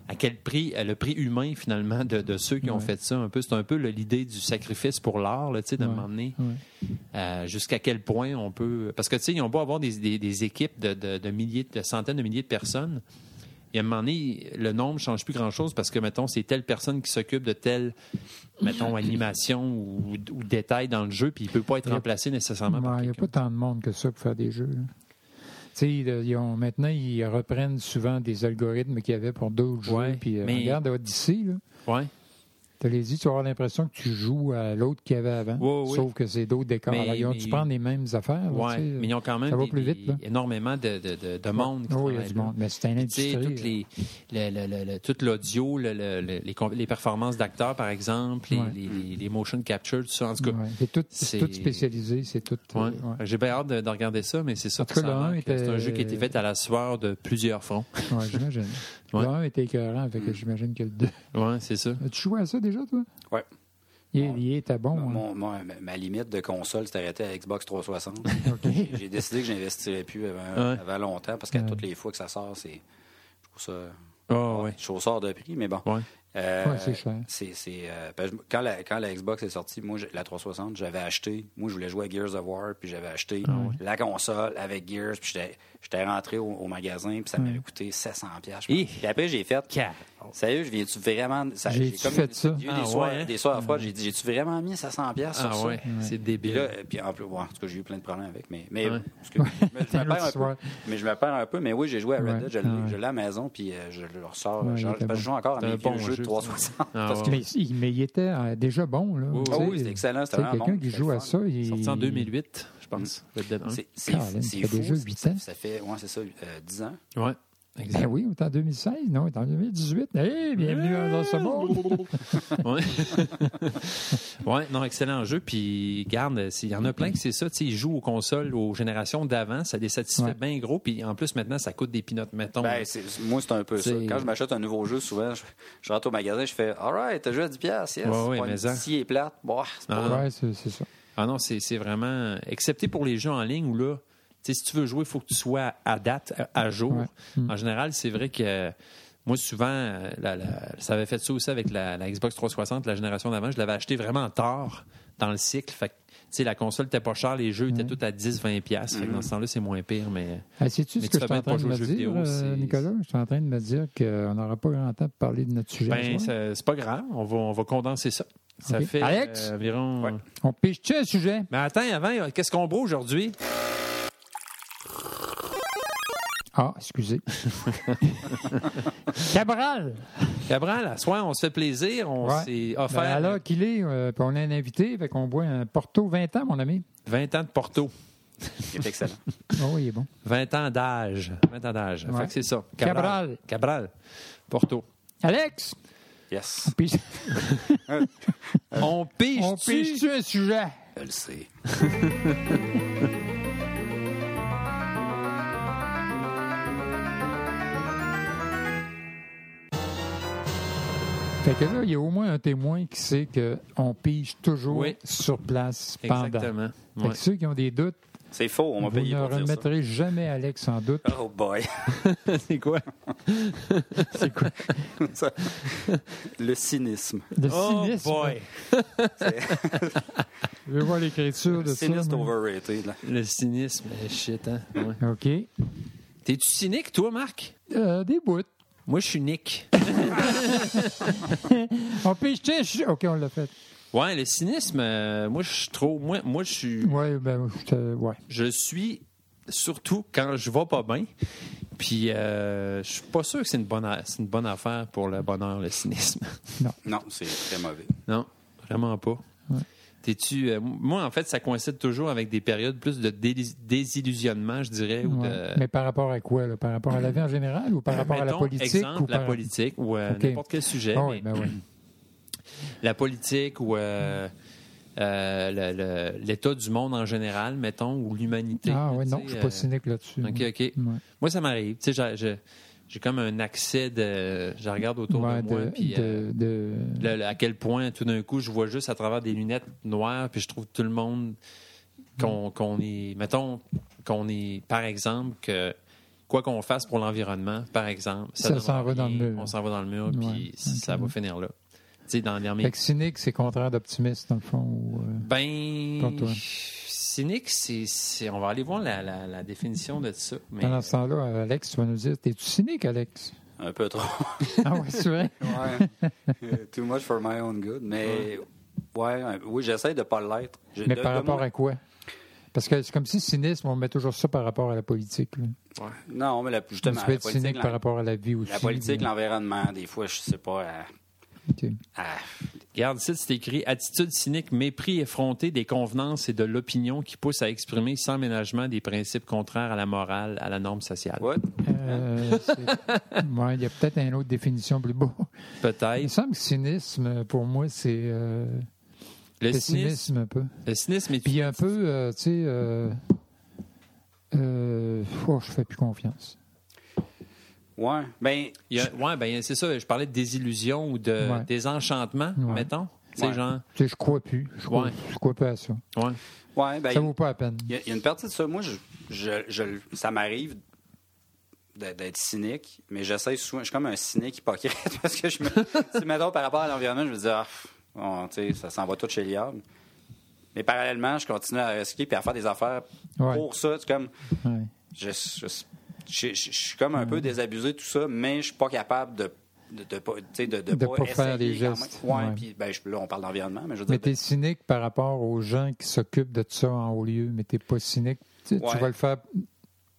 À quel prix, euh, le prix humain finalement de, de ceux qui ont
Ouais.
fait ça un peu, c'est un peu le- l'idée du sacrifice pour l'art, là, tu sais, de
Ouais.
m'emmener
Ouais.
euh, jusqu'à quel point on peut... Parce que tu sais, ils ont beau avoir des, des- des équipes de, de- de milliers, de centaines de milliers de personnes, et à un moment donné, le nombre ne change plus grand-chose parce que, mettons, c'est telle personne qui s'occupe de telle, mettons, animation ou, ou détail dans le jeu, puis il ne peut pas être
Il y a-
remplacé nécessairement par
Ouais, il n'y a
quelqu'un.
pas tant de monde que ça pour faire des jeux. là. Tu sais, ils- ils ont- maintenant, ils reprennent souvent des algorithmes qu'il y avait pour d'autres
Ouais,
jeux. Puis, euh,
mais-
regarde, Odyssey, là,
Ouais.
tu les dit, tu vas avoir l'impression que tu joues à l'autre qu'il y avait avant.
Ouais, ouais.
Sauf que c'est d'autres décors.
Mais-
Alors, ils ont dû
mais-
prendre les mêmes affaires. là,
Ouais,
Ah, tu sais.
mais ils ont quand même
ça va
des-
plus vite,
des-
là. Ah
énormément de, de, de, de monde. qui
Oui, il y a
travaille
du
là.
monde. Mais c'est une
Puis, tu sais,
industrie. euh,
toutes les, le- le- le- le- tout l'audio, le- le- le- les, com- les performances d'acteurs, par exemple, les,
Ouais.
les- les- les motion capture, tout ça. En tout
là.
cas,
Ouais. C'est tout, c'est
c'est-
tout spécialisé. C'est tout.
ouais.
euh, ouais.
j'ai bien hâte de, de regarder ça, mais c'est sûr
En tout
que
cas,
ça
le
a l'air
un
que c'est un
était-
jeu qui a été fait à la sueur de plusieurs fronts.
Ouais, j'imagine.
*laughs* Ouais. Mm.
Le 1 était écœurant, fait que j'imagine que le 2.
Oui, c'est ça.
As-tu joué à ça déjà, toi?
Ouais.
Il, il était bon. hein?
mon- mon- ma limite de console s'est arrêtée à Xbox
*laughs*
360. J'ai- J'ai décidé que j'investirais plus avant,
Ouais.
avant longtemps parce qu'à
Ouais.
toutes les fois que ça sort, c'est. Je trouve ça.
Oh, ouais.
Je trouve ça hors de prix, mais bon.
Ouais.
Euh,
Ouais, c'est cher.
c'est- c'est, euh, parce que je- quand, la, quand la Xbox est sortie, moi, j'ai- la 360, j'avais acheté. Moi, je voulais jouer à Gears of War, puis j'avais acheté
Ah
la console avec Gears, puis j'étais- j'étais rentré au, au magasin, puis ça m'avait coûté 700$. piastres, je pense.
Hi.
Puis après, j'ai fait.
Car-
Oh. Sérieux, je viens-tu vraiment. ça-
J'ai-tu
comme-
fait ça? Mm.
j'ai eu
Ah,
des, soirs,
ouais, hein?
des soirs à froid, j'ai dit, j'ai-tu vraiment mis 700$ piastres sur
Ah,
ça?
ouais, c'est
Puis là,
débile.
euh, puis en plus, ouais, en tout cas, j'ai eu plein de problèmes avec. Mais, mais,
Ouais.
parce que je
*laughs*
me- je me
T'as
perds
eu
un
ce soir.
peu. Mais je me perds un peu. Mais oui, j'ai joué à Red
Ouais.
Dead, je l'ai-
Ah ouais.
je l'ai à la maison, puis euh, je le ressors.
Ouais,
je,
il
parce
était
que je joue encore à
C'est
mes
un
vieux
bon
jeux
jeu,
de
*laughs*
360.
Ah,
parce que
ouais.
Mais, il- mais il était euh, déjà bon. Là.
Ah Oui,
Tu sais,
oui, c'est excellent, c'était
tu sais,
vraiment
quelqu'un
bon,
qui
c'était
joue
le
à
fun.
ça. Il...
Sorti en 2008, je pense. Red Dead 1.
Mm. c'est c'est c'est
Caroline, ça fait
fou.
déjà huit ans.
Ça fait, ouais, c'est ça, euh, 10 ans.
Ouais,
Ben
exact.
oui, on est en 2016, non, on est en 2018. Hey, bienvenue dans ce monde.
*laughs* Ouais. ouais, non, excellent jeu. Puis, garde, il y en a plein que c'est ça. tu sais, Ils jouent aux consoles, aux générations d'avant. Ça les satisfait
Ouais.
bien gros. Puis, en plus, maintenant, ça coûte des pinottes, mettons.
Ben, c'est- moi, c'est un peu ça.
C'est-
Quand je m'achète un nouveau jeu, souvent, je, je rentre au magasin, je fais All right, t'as joué à 10$, yes.
Ouais, ouais,
Pas une-
mais ça.
Si il est plate, bah, c'est pas
Ah.
grave.
Ouais, c'est c'est ça.
ah non, c'est c'est vraiment. Excepté pour les jeux en ligne où là, tu sais, si tu veux jouer, il faut que tu sois à date, à- à jour.
Ouais. Hmm.
En général, c'est vrai que. Moi, souvent, euh, la- la- ça avait fait ça aussi avec la, la Xbox 360, la génération d'avant. Je l'avais acheté vraiment tard dans le cycle. Fait que, tu sais, la console était pas chère, les jeux étaient
Hmm.
tous à 10, 20 pièces. Fait que dans ce temps-là, c'est moins pire, mais
Ah, Sais-tu
Mais
ce que
tu fais
je suis
bien
en
de pas
train de
jouer aux
me
jeux
dire,
vidéo,
euh,
c'est-
Nicolas? Je suis en train de me dire qu'on n'aura pas grand temps pour parler de notre sujet.
Ben,
ce soir.
ça- c'est pas grave. On va, on va condenser ça. Ça
hein. Ok.
fait
Alex?
euh, environ.
Ouais.
On piche-tu un sujet?
euh, Mais attends, avant, qu'est-ce qu'on boit aujourd'hui?
Ah, excusez. Cabral!
Cabral, à soir, on se fait plaisir. On
Ouais.
s'est
Ben,
offert
alors qu'il est, euh, puis on a un invité, fait qu'on boit un Porto 20 ans, mon ami.
20 ans de Porto,
Il est excellent.
Oh, il est bon.
20 ans d'âge. 20 ans d'âge. Fait
Ouais.
que c'est ça.
Cabral.
Cabral. Porto.
Alex!
Yes.
Puis-
On pige
Euh, on pige un sujet?
Je le sais.
Fait que là, il y a au moins un témoin qui sait qu'on pige toujours
Oui.
sur place pendant.
Exactement.
Fait que
Ouais.
ceux qui ont des doutes,
C'est faux, on m'a
vous
payé
ne
pour dire ça.
remettrez jamais Alex en doute.
Oh boy.
C'est quoi?
C'est quoi?
Ça- le cynisme.
Le
Oh
cynisme.
boy!
Je veux voir
*laughs*
l'écriture de
Le
ça.
cynisme
moi.
overrated. là.
Le cynisme,
Ben,
eh, shit, hein? Ouais.
OK.
T'es-tu cynique, toi, Marc?
Euh, des bouts.
Moi, je suis Nick.
On pige, tu sais, OK, on l'a fait.
Ouais, le cynisme, euh, moi, je suis trop. Moi, moi je suis.
Oui, ben, je te- ouais.
Je suis surtout quand je vais pas bien. Puis, euh, je suis pas sûr que c'est une, bonne a- c'est une bonne affaire pour le bonheur, le cynisme.
Non, c'est très mauvais.
Non, vraiment pas. T'es-tu. euh, moi, en fait, ça coïncide toujours avec des périodes plus de déli- désillusionnement, je dirais. Ou
Ouais.
de,
Mais par rapport à quoi? là? Par rapport à la vie en général ou par rapport à la
Mettons,
politique?
Exemple,
ou
la
par-
politique ou euh,
OK.
n'importe quel sujet.
Ah
mais-
oui, ben oui.
la politique ou euh, euh, le- le- l'état du monde en général, mettons, ou l'humanité.
Ah
*clears throat*
oui,
tu
non,
sais,
je suis
euh,
pas Mm. cynique là-dessus.
OK, OK.
Ouais.
Moi, ça m'arrive. Tu sais, j'ai- j'ai- j'ai comme un accès de. Je regarde autour
Ouais,
de moi,
de-
puis.
de-
euh,
de-
le- le- à quel point, tout d'un coup, je vois juste à travers des lunettes noires, puis je trouve tout le monde
Mm.
qu'on qu'on est, mettons, qu'on est, par exemple, que quoi qu'on fasse pour l'environnement, par exemple,
Ça
donne
s'en va dans le
rien,
mur.
On s'en va dans le mur,
Ouais,
puis ça va finir là. Tu sais, dans l'armée
Fait que cynique, c'est contraire d'optimiste, dans le fond. ou, euh, Pour
Ben,
toi.
cynique, c'est, c'est- on va aller voir la, la- la définition de ça. Mais
Pendant ce temps-là, Alex, tu vas nous dire, t'es-tu cynique, Alex?
Un peu trop.
Ah ouais, c'est vrai?
Ouais. Euh, *laughs* Too much for my own good. Mais ouais, euh, oui, j'essaie de pas l'être. Je-
Mais
de-
par
de
rapport
moi-
à quoi? Parce que c'est comme si cynisme, on met toujours ça par rapport à la politique. là.
Ouais. Non, mais la,
Tu
justement,
peux
la
être cynique
politique,
par
l'en-
rapport à la vie aussi.
la politique,
là.
l'environnement, des fois, je sais pas. euh,
OK.
ah,
regarde, ici, c'est écrit attitude cynique, mépris effronté des convenances et de l'opinion qui pousse à exprimer sans ménagement des principes contraires à la morale, à la norme sociale.
what?
Euh,
*laughs*
c'est- ouais, il y a peut-être une autre définition plus beau. Il me
Peut-être.
semble que cynisme, pour moi, c'est euh,
Le cynisme,
pessimisme un peu.
le cynisme est
Puis un peu, euh, tu sais, euh, euh, oh, je fais plus confiance.
Ouais. Ben,
il y a- ouais, ben, c'est ça, je parlais de désillusion ou de
Ouais.
désenchantement,
Ouais.
mettons. Tu sais,
Ouais.
genre,
Tu sais, je crois plus. Je crois,
Ouais.
je crois plus à ça.
ouais.
ouais, ben,
Ça vaut pas la peine.
Il y, a- il y a une partie de ça. Moi, je, je- je- ça m'arrive d'être d'être cynique, mais j'essaie souvent. Je suis comme un cynique hypocrite *laughs* parce que je me. si, mettons, par rapport à l'environnement, je me dis, ah, pff, bon, tu sais, ça s'en va tout chez Liable. Mais parallèlement, je continue à risquer puis à faire des affaires
Ouais.
pour ça. C'est comme.
Ouais.
Je, je- je- je- je suis comme un peu désabusé de tout ça, mais je suis pas capable de. De, de pas, tu sais, de, de
De pas
essayer
faire des
quand même.
gestes.
Ouais,
Ouais.
puis, ben, je- là, on parle d'environnement, mais je veux
Mais
dire.
t'es cynique par rapport aux gens qui s'occupent de ça en haut lieu, mais t'es pas cynique. Tu, tu
Ouais.
vas le faire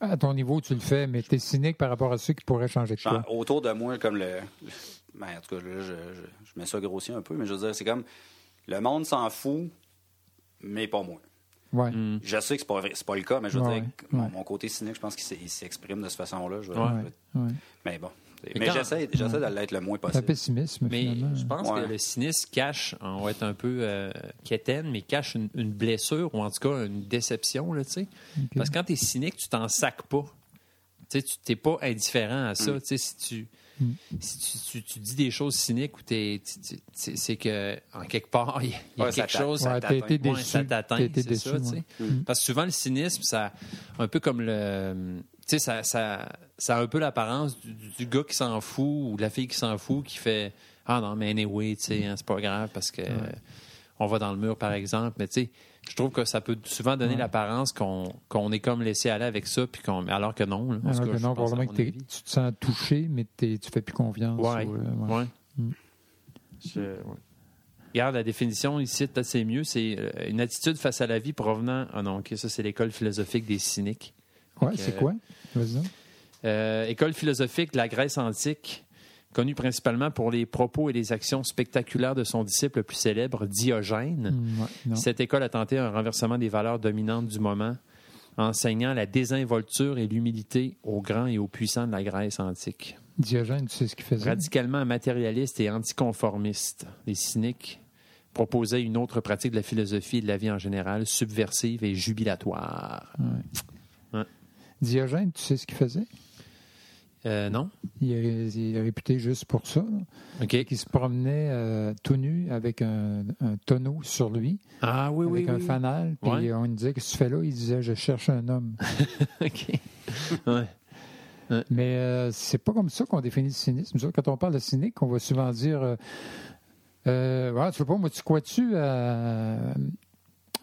à ton niveau, tu le fais, mais t'es cynique par rapport à ceux qui pourraient changer de
Genre,
toi.
Ben, autour de moi, comme le. Ben, en tout cas, là, je, je, je mets ça grossier un peu, mais je veux dire, c'est comme. Le monde s'en fout, mais pas moi.
Ah.
Ouais.
Mm,
Je sais que c'est pas, vrai- c'est pas le cas, mais je veux
Hmm. Ouais,
dire, que
ouais.
mon, mon côté cynique, je pense qu'il s'est- il s'exprime de cette façon-là. je veux-
Ouais.
je veux-
ouais.
Mais bon.
Mais
Mais
quand-
j'essaie j'essaie de l'être le moins
Un
possible.
pessimisme,
Mais
finalement. hein.
je pense
Ouais.
que le cynisme cache, on va être un peu euh, quétaine, mais cache une, une blessure ou en tout cas une déception, là, tu sais. Parce que quand tu es cynique, tu t'en sacs pas. Tu sais, tu t'es pas indifférent à
Mm.
ça. Tu sais, si tu, si tu, tu- tu dis des choses cyniques ou t'es, tu- tu- c'est c'est que, en quelque part, *laughs* il y a, il y a
Ouais, ça
quelque
t'a-
chose
Ouais, t'as
t'atteint.
été
Ouais, ça
déçu.
t'atteint,
T'as été
c'est
déçu,
ça, tu
ouais. Mm.
sais. Parce que souvent, le cynisme, ça, un peu comme le. Tu sais, ça, ça, ça a un peu l'apparence du, du gars qui s'en fout ou de la fille qui s'en fout qui fait Ah non, mais anyway, tu sais, hein, c'est pas grave parce que euh, on va dans le mur, par exemple. Mais tu sais, je trouve que ça peut souvent donner l'apparence qu'on qu'on est comme laissé aller avec ça, puis qu'on alors que non. là. En tout
Alors
cas,
que
je
Ah, non,
pense à
probablement
mon
que t'es-
avis.
tu te sens touché, mais t'es- tu fais plus confiance.
Ouais.
ou, euh, ouais.
Ouais. Je- ouais. Regarde la définition ici, peut-être c'est mieux. C'est euh, une attitude face à la vie provenant. Ah non, ok, ça c'est l'école philosophique des cyniques.
Ouais, c'est
euh,
quoi? Vas-y donc.
Euh, école philosophique de la Grèce antique, connue principalement pour les propos et les actions spectaculaires de son disciple le plus célèbre, Diogène.
Mm, ouais, non.
Cette école a tenté un renversement des valeurs dominantes du moment, enseignant la désinvolture et l'humilité aux grands et aux puissants de la Grèce antique.
Diogène, tu sais ce qu'il faisait?
Radicalement matérialiste et anticonformiste, les cyniques proposaient une autre pratique de la philosophie et de la vie en général, subversive et jubilatoire.
Diogène, tu sais ce qu'il faisait?
Euh, non?
Il est, il est réputé juste pour ça. là.
OK.
Qui se promenait euh, tout nu avec un, un tonneau sur lui,
Ah oui, oui.
avec un
oui.
fanal. Puis
Ouais.
on lui disait Qu'est-ce que tu fais là Il disait Je cherche un homme.
*laughs* OK. Ouais.
Mais euh, c'est pas comme ça qu'on définit le cynisme. Nous autres, Quand on parle de cynique, on va souvent dire euh, euh, Ah, Tu sais pas, moi, tu crois-tu à-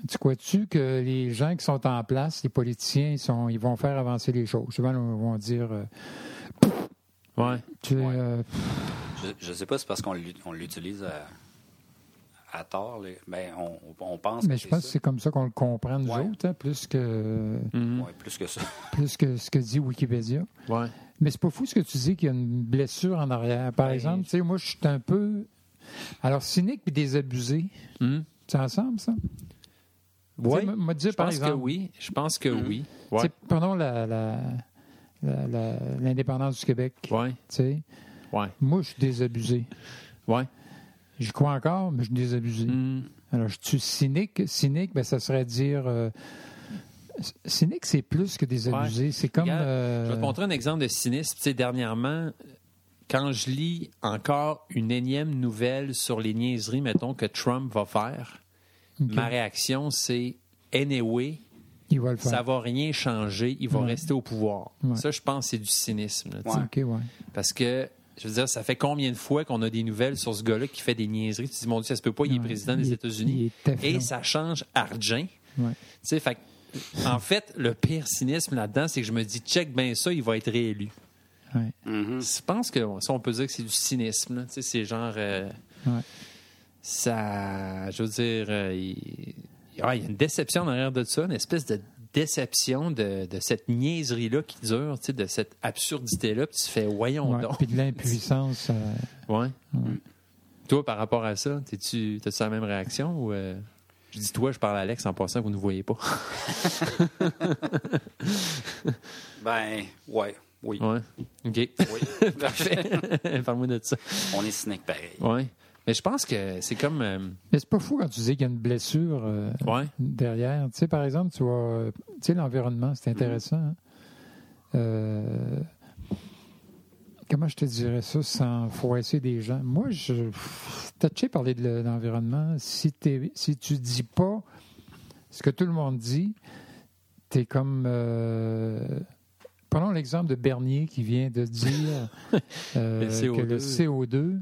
Tu crois-tu que les gens qui sont en place, les politiciens, ils, sont, ils vont faire avancer les choses? Souvent, on vont dire euh,
Ouais.
Tu sais,
Ouais.
euh,
Je ne sais pas, c'est parce qu'on l'ut- on l'utilise à, à tort. les- ben, on, on pense
Mais
que
je pense que
c'est
c'est comme ça qu'on le comprend, nous
Ouais.
autres, hein, plus, que,
ça.
Mhm.
Ouais, plus que ça.
plus que ce que dit Wikipédia.
Ouais.
Mais c'est pas fou ce que tu dis qu'il y a une blessure en arrière. Par
Ben,
exemple, tu sais, moi, je suis un peu. Alors, cynique puis désabusé,
Mhm.
c'est ensemble, ça?
Ouais.
Tu sais, me- me dire,
Je
par
pense que
exemple. Hmm.
oui. Je pense que oui.
tu sais,
Ouais.
Prenons la- la- la- la- l'indépendance du Québec.
Ouais.
tu sais.
Ouais.
Moi, je suis désabusé.
Ouais.
Je crois encore, mais je suis désabusé.
Mhm.
Alors, je suis cynique. Cynique, ben, ça serait dire. euh, c- Cynique, c'est plus que désabusé. C'est comme.
Regarde,
euh,
Je vais te montrer un exemple de cynisme. Tu sais, dernièrement, quand je lis encore une énième nouvelle sur les niaiseries, mettons, que Trump va faire,
OK.
ma réaction, c'est anyway,
il va le faire.
ça va rien changer, il va
Ouais.
rester au pouvoir.
Ouais.
Ça, je pense, c'est du cynisme. là, tu sais.
Ouais.
OK, ouais.
Parce que, je veux dire, ça fait combien de fois qu'on a des nouvelles sur ce gars-là qui fait des niaiseries? Tu te dis, mon Dieu, ça se peut pas, il est
Ouais.
président des
Il est- il
États-Unis.
est teflon.
Et ça change argent.
Ouais.
Tu sais, fait que, en fait, le pire cynisme là-dedans, c'est que je me dis, check bien ça, il va être réélu.
ouais.
Mhm.
Je pense que ça, on peut dire que c'est du cynisme. là. Tu sais, c'est genre. euh,
Ouais.
Ça. Je veux dire. euh, il ah, il y a une déception derrière de ça, une espèce de déception de, de cette niaiserie-là qui dure, tu sais, de cette absurdité-là. Puis tu fais, voyons
Ouais,
donc.
Puis de l'impuissance. euh,
*laughs* Ouais. Toi, par rapport à ça, t'es-tu, t'as-tu la même réaction ou. euh, Je dis toi, je parle à Alex en passant, vous ne voyez pas. *laughs*
Ben, ouais, oui.
Ouais. OK. *laughs*
*laughs*
oui.
Parfait. Parle-moi de ça.
on est cynique pareil.
Ouais. Mais je pense que c'est comme. euh,
Mais c'est pas fou quand tu dis qu'il y a une blessure euh,
ouais.
derrière. Tu sais, par exemple, tu vois, euh, tu sais, l'environnement,
Mm-hmm.
c'est intéressant. hein. Euh, comment je te dirais ça sans froisser des gens? Moi, je. pff, Touché parler de le- de l'environnement. Si, t'es- si tu dis pas ce que tout le monde dit, t'es comme. euh, Prenons l'exemple de Bernier qui vient de
*laughs*
dire euh,
Le CO2.
que le CO2,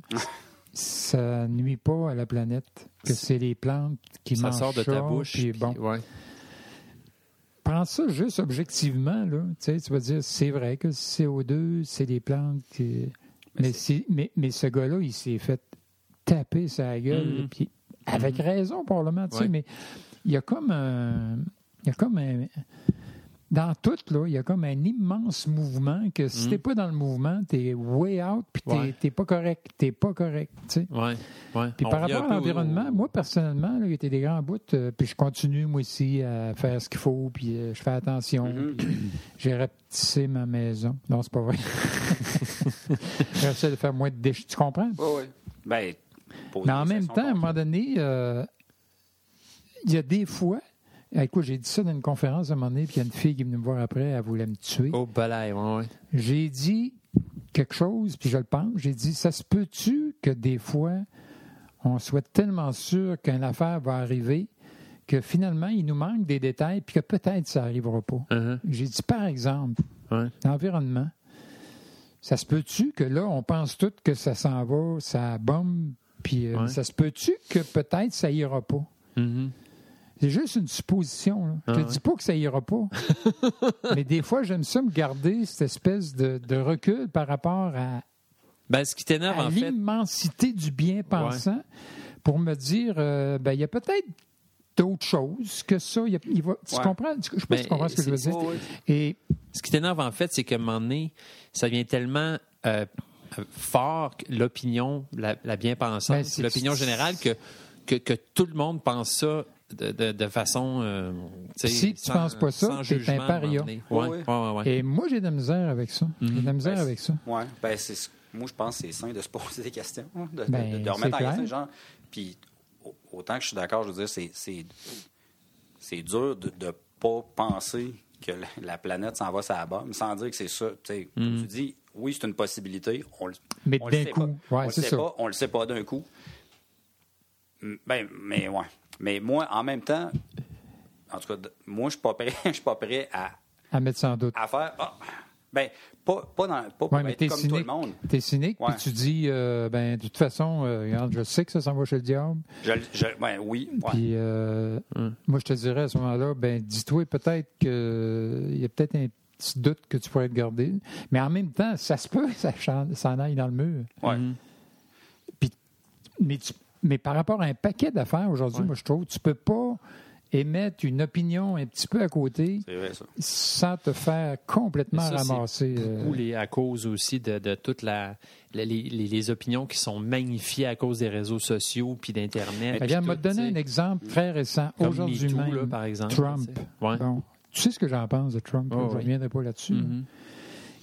ça nuit pas à la planète, que c'est les plantes qui
ça
mangent
sort de
ça,
ta bouche.
puis
puis-
bon,
ouais.
prends ça juste objectivement, là. Tu, sais, tu vas dire, c'est vrai que le CO2, c'est les plantes qui. Mais, si- mais, mais ce gars-là, il s'est fait taper sa gueule,
Mhm.
puis avec raison, probablement, tu sais,
Ouais.
mais il y a comme un. Il y a comme un. Dans tout, là, il y a comme un immense mouvement que si
Mhm.
t'es pas dans le mouvement, t'es way out, puis t'es
Ouais.
t'es pas correct, t'es pas correct, tu sais.
Ouais, ouais.
Puis
On
par
revient
rapport à
un peu au-
l'environnement, moi, personnellement, là, il y a été des grands bouts, euh, puis je continue, moi aussi, à faire ce qu'il faut, puis euh, je fais attention.
Mm-hmm.
Mhm.
J'ai rapetissé ma maison. Non, c'est
*laughs*
pas vrai. J'essaie de faire moins de déchets, tu comprends?
Ouais, ouais. Ben, poser
Mais en
des
même
actions
temps, à un
contre-
moment donné, euh, il y a des fois... Écoute, j'ai dit ça dans une conférence à un moment donné, puis il y a une fille qui est venue me voir après, elle voulait me tuer.
Oh, balai, ouais, ouais.
J'ai dit quelque chose, puis je le pense. J'ai dit, ça se peut-tu que des fois, on soit tellement sûr qu'une affaire va arriver que finalement, il nous manque des détails, puis que peut-être ça n'arrivera pas.
Uh-huh,
J'ai dit, par exemple,
ouais.
l'environnement, ça se peut-tu que là, on pense tout que ça s'en va, ça bombe, puis euh,
Ouais.
ça se peut-tu que peut-être ça ira pas?
Mhm.
C'est juste une supposition. là.
Ah
je
ouais.
te dis pas que ça ira pas. mais des fois, j'aime ça me garder cette espèce de, de recul par rapport à,
Ben, ce qui t'énerve,
à
en fait.
l'immensité du bien-pensant pour me dire, euh, ben, il y a peut-être d'autres choses que ça. Il y a- il va- tu
Ouais.
comprends? Tu- Je sais pas si tu
Ben,
comprends ce que je veux
c'est-
dire.
Ouais, ouais.
Et
Ce qui t'énerve, en fait, c'est qu'à un moment donné, ça devient tellement euh, fort, que l'opinion, la, la bien-pensance,
Ben, c'est-
l'opinion générale, que, que, que tout le monde pense ça de, de- de façon. euh, sais,
Si tu
sans-
penses pas ça,
sans
t'es un
jugement, à moment
paria.
donné.
Ouais,
Ouais,
ouais.
ouais, ouais.
Et moi, j'ai de la misère avec ça. J'ai de la misère
Ben,
avec ça.
Oui, ben c'est ce- moi je pense que c'est sain de se poser des questions, hein, de, de-
Ben,
de- de remettre en
c'est clair.
question les gens. Puis au- autant que je suis d'accord, je veux dire, c'est- c'est c'est dur de ne pas penser que la, la planète s'en va sur la bombe, sans dire que c'est ça. Tu sais, comme tu dis, oui, c'est une possibilité. On, le-
Hmm. Mais
on le
d'un
sait
coup,
pas.
ouais,
on le
c'est
sait
ça.
pas, on le sait pas d'un coup. Mm, Ben, mais ouais. Mais moi, en même temps, en tout cas, d- moi, je suis pas prêt, *laughs* je suis pas prêt à,
À mettre sans doute.
à faire. ah, ben, pas, pas, dans, pas pour
Ouais, mais
être
t'es
ben, comme
cynique.
tout le monde.
T'es cynique,
Ouais.
puis tu dis, euh, ben, de toute façon, euh, regarde, je sais que ça s'en va chez le diable.
Je, je- ouais, oui, ouais.
Puis, euh,
Hum.
moi, je te dirais à ce moment-là, ben, dis-toi peut-être qu'il y a peut-être un petit doute que tu pourrais te garder. Mais en même temps, ça se peut que ça chan- ça en aille dans le mur.
Ouais.
Mm-hmm.
Puis, mais, tu- mais par rapport à un paquet d'affaires aujourd'hui, moi, je trouve, tu peux pas émettre une opinion un petit peu à côté
c'est vrai ça.
sans te faire complètement
Mais ça, c'est
ramasser. euh,
Ou les, à cause aussi de, de toutes la, la- les, les- les opinions qui sont magnifiées à cause des réseaux sociaux puis d'Internet. puis
Regarde,
tout,
m'a donné
tu
un
sais.
exemple très récent.
Comme
Aujourd'hui
MeToo, là,
même,
par exemple,
Trump.
tu sais. Ouais.
Bon, tu sais ce que j'en pense de Trump.
Oh,
là, je
oui.
reviendrai pas là-dessus. là.
Mhm.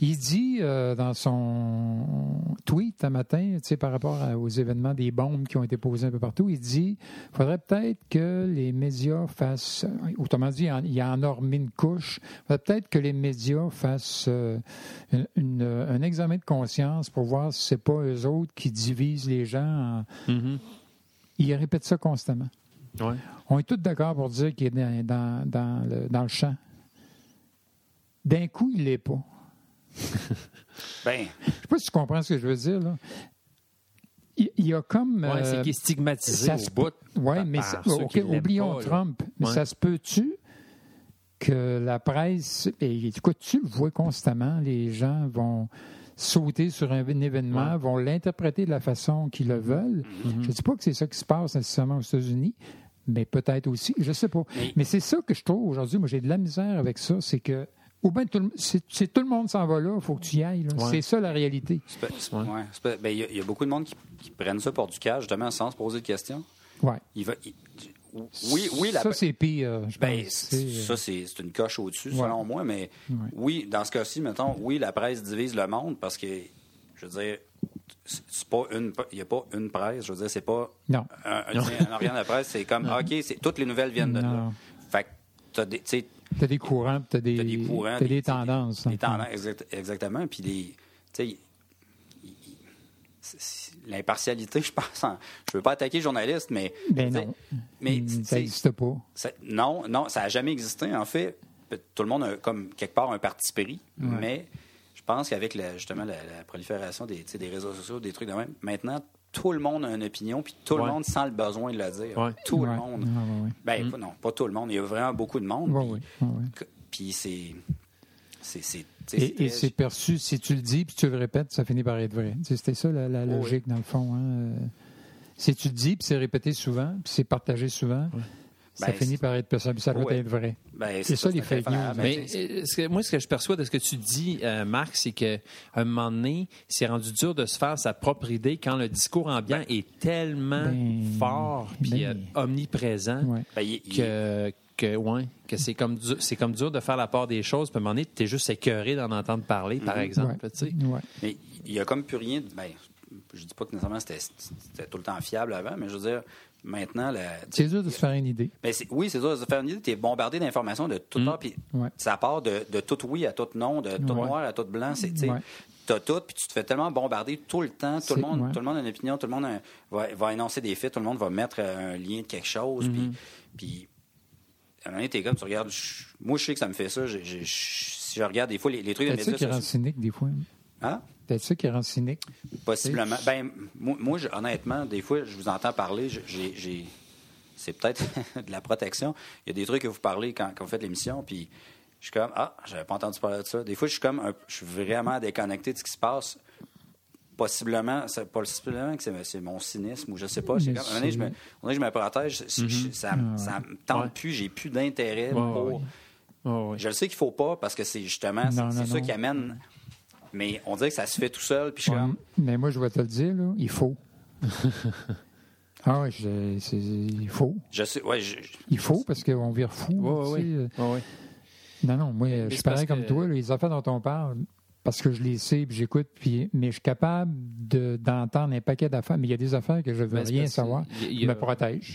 Il dit euh, dans son tweet un matin, tu sais, par rapport à- aux événements des bombes qui ont été posées un peu partout, il dit faudrait peut-être que les médias fassent, autrement dit, en- il en a remis une couche, faudrait peut-être que les médias fassent euh, une- une- un examen de conscience pour voir si c'est pas eux autres qui divisent les gens. en-
Mhm.
Il répète ça constamment.
Ouais.
On est tous d'accord pour dire qu'il est dans, dans- dans le, dans le champ. D'un coup, il l'est pas.
Ben,
Je sais pas si tu comprends ce que je veux dire. Là. Il, il y a comme.
Ouais, c'est
euh,
qui est stigmatisé
ça
au
se peut-
bout.
ouais,
par-
mais
par
ça-
ceux
OK,
qui l'aiment
oublions
pas, là.
Trump. Mais
Ouais.
ça se peut-tu que la presse. Et, écoute, tu le vois constamment, les gens vont sauter sur un, un événement, vont l'interpréter de la façon qu'ils
Mhm.
le veulent. Je ne dis pas que c'est ça qui se passe nécessairement aux États-Unis, mais peut-être aussi, je ne sais pas.
Mais-
Mais c'est ça que je trouve aujourd'hui, moi j'ai de la misère avec ça, c'est que, ou bien tout le, c'est, c'est tout le monde s'en va là, il faut que tu y ailles. là.
Ouais.
C'est ça la réalité.
c'est pas- c'est-
Ouais.
ouais, c'est pas- ben, il y, a- il y a beaucoup de monde qui, qui prennent ça pour du cash, justement, sans se poser de questions.
Ouais.
Il va, il- oui, oui, la
Ça, c'est pire, euh, je
ben,
pense.
c'est-
C'est,
ça, c'est c'est une coche au-dessus,
Ouais.
selon moi, mais
Ouais.
oui, dans ce cas-ci, mettons, oui, la presse divise le monde parce que, je veux dire, c'est c'est pas une, il n'y a pas une presse, je veux dire, c'est pas
Non.
un, un- un organe de presse, c'est comme, ah, OK, c'est- toutes les nouvelles viennent de là.
Non.
Fait que, t'as des- tu sais,
euh, T'as des courants, puis t'as des,
T'as des courants.
t'as des tendances. hein.
Des,
dans le fond.
tendances, exact- exactement. Puis des. Tu sais, il- il- c'est- c'est- l'impartialité, *laughs* je pense. en- je veux pas attaquer les journalistes, mais.
Ben
tu sais,
non.
Mais
Mm,
tu
ça
sais,
n'existe pas.
ça- non, non, ça n'a jamais existé. En fait, Pe- tout le monde a comme quelque part un parti pris, mais je pense qu'avec la- justement la, la prolifération des, tu sais, des réseaux sociaux, des trucs de même, maintenant, tout le monde a une opinion, puis tout
Ouais.
le monde sent le besoin de le dire.
Ouais.
Tout le
Ouais. Ah,
monde.
Ouais, ouais, ouais.
Ben, pas- non, pas tout le monde. Il y a vraiment beaucoup de monde.
Ouais,
puis-
ouais, ouais, ouais.
que- Puis c'est. c'est- c'est- tu sais, c'est
Et, et
très-
c'est perçu, si tu le dis puis tu le répètes, ça finit par être vrai. Tu sais, C'était ça la, la
oui.
logique, dans le fond. hein. Euh, Si tu le dis, puis c'est répété souvent, puis c'est partagé souvent, ça
Ben,
finit
c'est-
par être perçu, puis ça doit
Ouais.
être vrai.
ben,
c'est ça, les fake news,
indéfendable.
Mais
Ben, c'est-
euh, ce que- moi, ce que je perçois de ce que tu dis, euh, Marc, c'est qu'à un moment donné, c'est rendu dur de se faire sa propre idée quand le discours ambiant est tellement
Ben,
fort puis
ben.
euh, omniprésent
Ouais.
ben, il- il-
que, que, ouais, que c'est comme, du- c'est comme dur de faire la part des choses. Puis à un moment donné, tu es juste écœuré d'en entendre parler, par exemple.
Ouais.
tu sais.
Ouais.
Mais il y a comme plus rien. de- Ben, je dis pas que nécessairement c'était- c'était tout le temps fiable avant, mais je veux dire, maintenant, la,
C'est dur de se faire une idée.
Ben, c'est- oui, c'est ça. Ça fait une idée. T'es bombardé d'informations de toutes parts. Puis
Mm. Ouais.
ça part de, de tout oui à tout non, de tout
Ouais.
noir à tout blanc. C'est, tu
Ouais.
T'as tout, puis tu te fais tellement bombarder tout le temps. Tout
C'est-
le, monde,
ouais.
tout le monde a une opinion, tout le monde a- va, va énoncer des faits, tout le monde va mettre euh, un lien de quelque chose. puis-
Mm-hmm.
Puis, à un moment donné, t'es comme, tu regardes, je- moi, je sais que ça me fait ça. J'ai- j'ai- si je regarde des fois les, les trucs de
Peut-être ça
médias
qui rend
sociaux.
cynique, des fois.
Hein?
Peut-être ça qui rend cynique.
Possiblement. Ben, moi, moi, je- honnêtement, des fois, je vous entends parler, je- j'ai. j'ai- C'est peut-être *laughs* de la protection. Il y a des trucs que vous parlez quand, quand vous faites l'émission, puis je suis comme Ah, j'avais pas entendu parler de ça. Des fois, je suis comme un- je suis vraiment déconnecté de ce qui se passe. Possiblement, c'est- possiblement que c'est c'est mon cynisme ou je sais pas. C'est
Mais
comme, à un moment donné, je me, à un
c'est-
moment donné, je me protège. c'est- je- ça, me- ça me tente
Mm-hmm. Ah, Ouais.
plus, j'ai plus d'intérêt
Ouais,
pour
ouais. Oh, oui.
Je le sais qu'il faut pas parce que c'est justement c'est
Non, non,
c'est ça
non.
qui amène. Mais on dirait que ça se fait tout seul. Puis je suis
Ouais,
comme,
mais moi, je vais te le dire, là,
*laughs*
il faut. ah oui, je- c'est- il faut.
je sais, ouais, je- je-
Il faut parce qu'on vire fou.
Ouais,
tu sais.
ouais, ouais. Ouais, ouais.
Non, non, moi, je
c'est
suis
parce
pareil comme
que-
toi. là, les affaires dont on parle, parce que je les sais, puis j'écoute, puis, mais je suis capable de- d'entendre un paquet d'affaires. Mais il y a des affaires que je ne veux
Ben, c'est
rien
parce que
savoir.
il y a- il y
Je me
a- Mhm.
protège.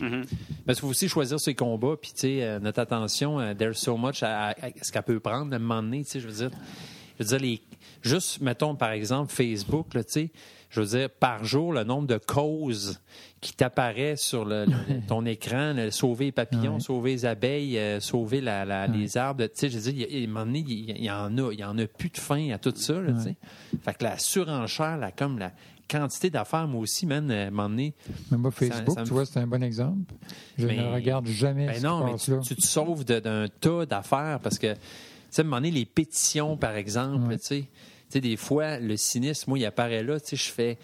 Parce qu'il faut aussi choisir ses combats, puis tu sais, euh, notre attention, euh, there's so much à, à- à ce qu'elle peut prendre à un moment donné, tu sais, je veux dire. Je veux dire, les, juste, mettons, par exemple, Facebook, là, tu sais, je veux dire, par jour, le nombre de causes qui t'apparaissent sur le, le- ton écran, le sauver les papillons, sauver les abeilles, euh, sauver la, la- les arbres, tu sais, je veux dire, il y a- il y a un moment donné, il y a- il y en a, il y en a plus de fin à tout ça, là, tu sais. Fait que la surenchère, là, comme la quantité d'affaires, moi aussi, man, euh, à un moment donné,
Mais moi,
Ça-
Facebook,
ça me-
tu vois, c'est un bon exemple. Je
Mais-
ne regarde jamais
Ben
ce
non,
qui
mais
passe
tu,
là.
tu te sauves de- d'un tas d'affaires parce que, tu sais, à un moment donné, les pétitions, par exemple, tu sais, tu sais, des fois, le cynisme, moi, il apparaît là, tu sais, je fais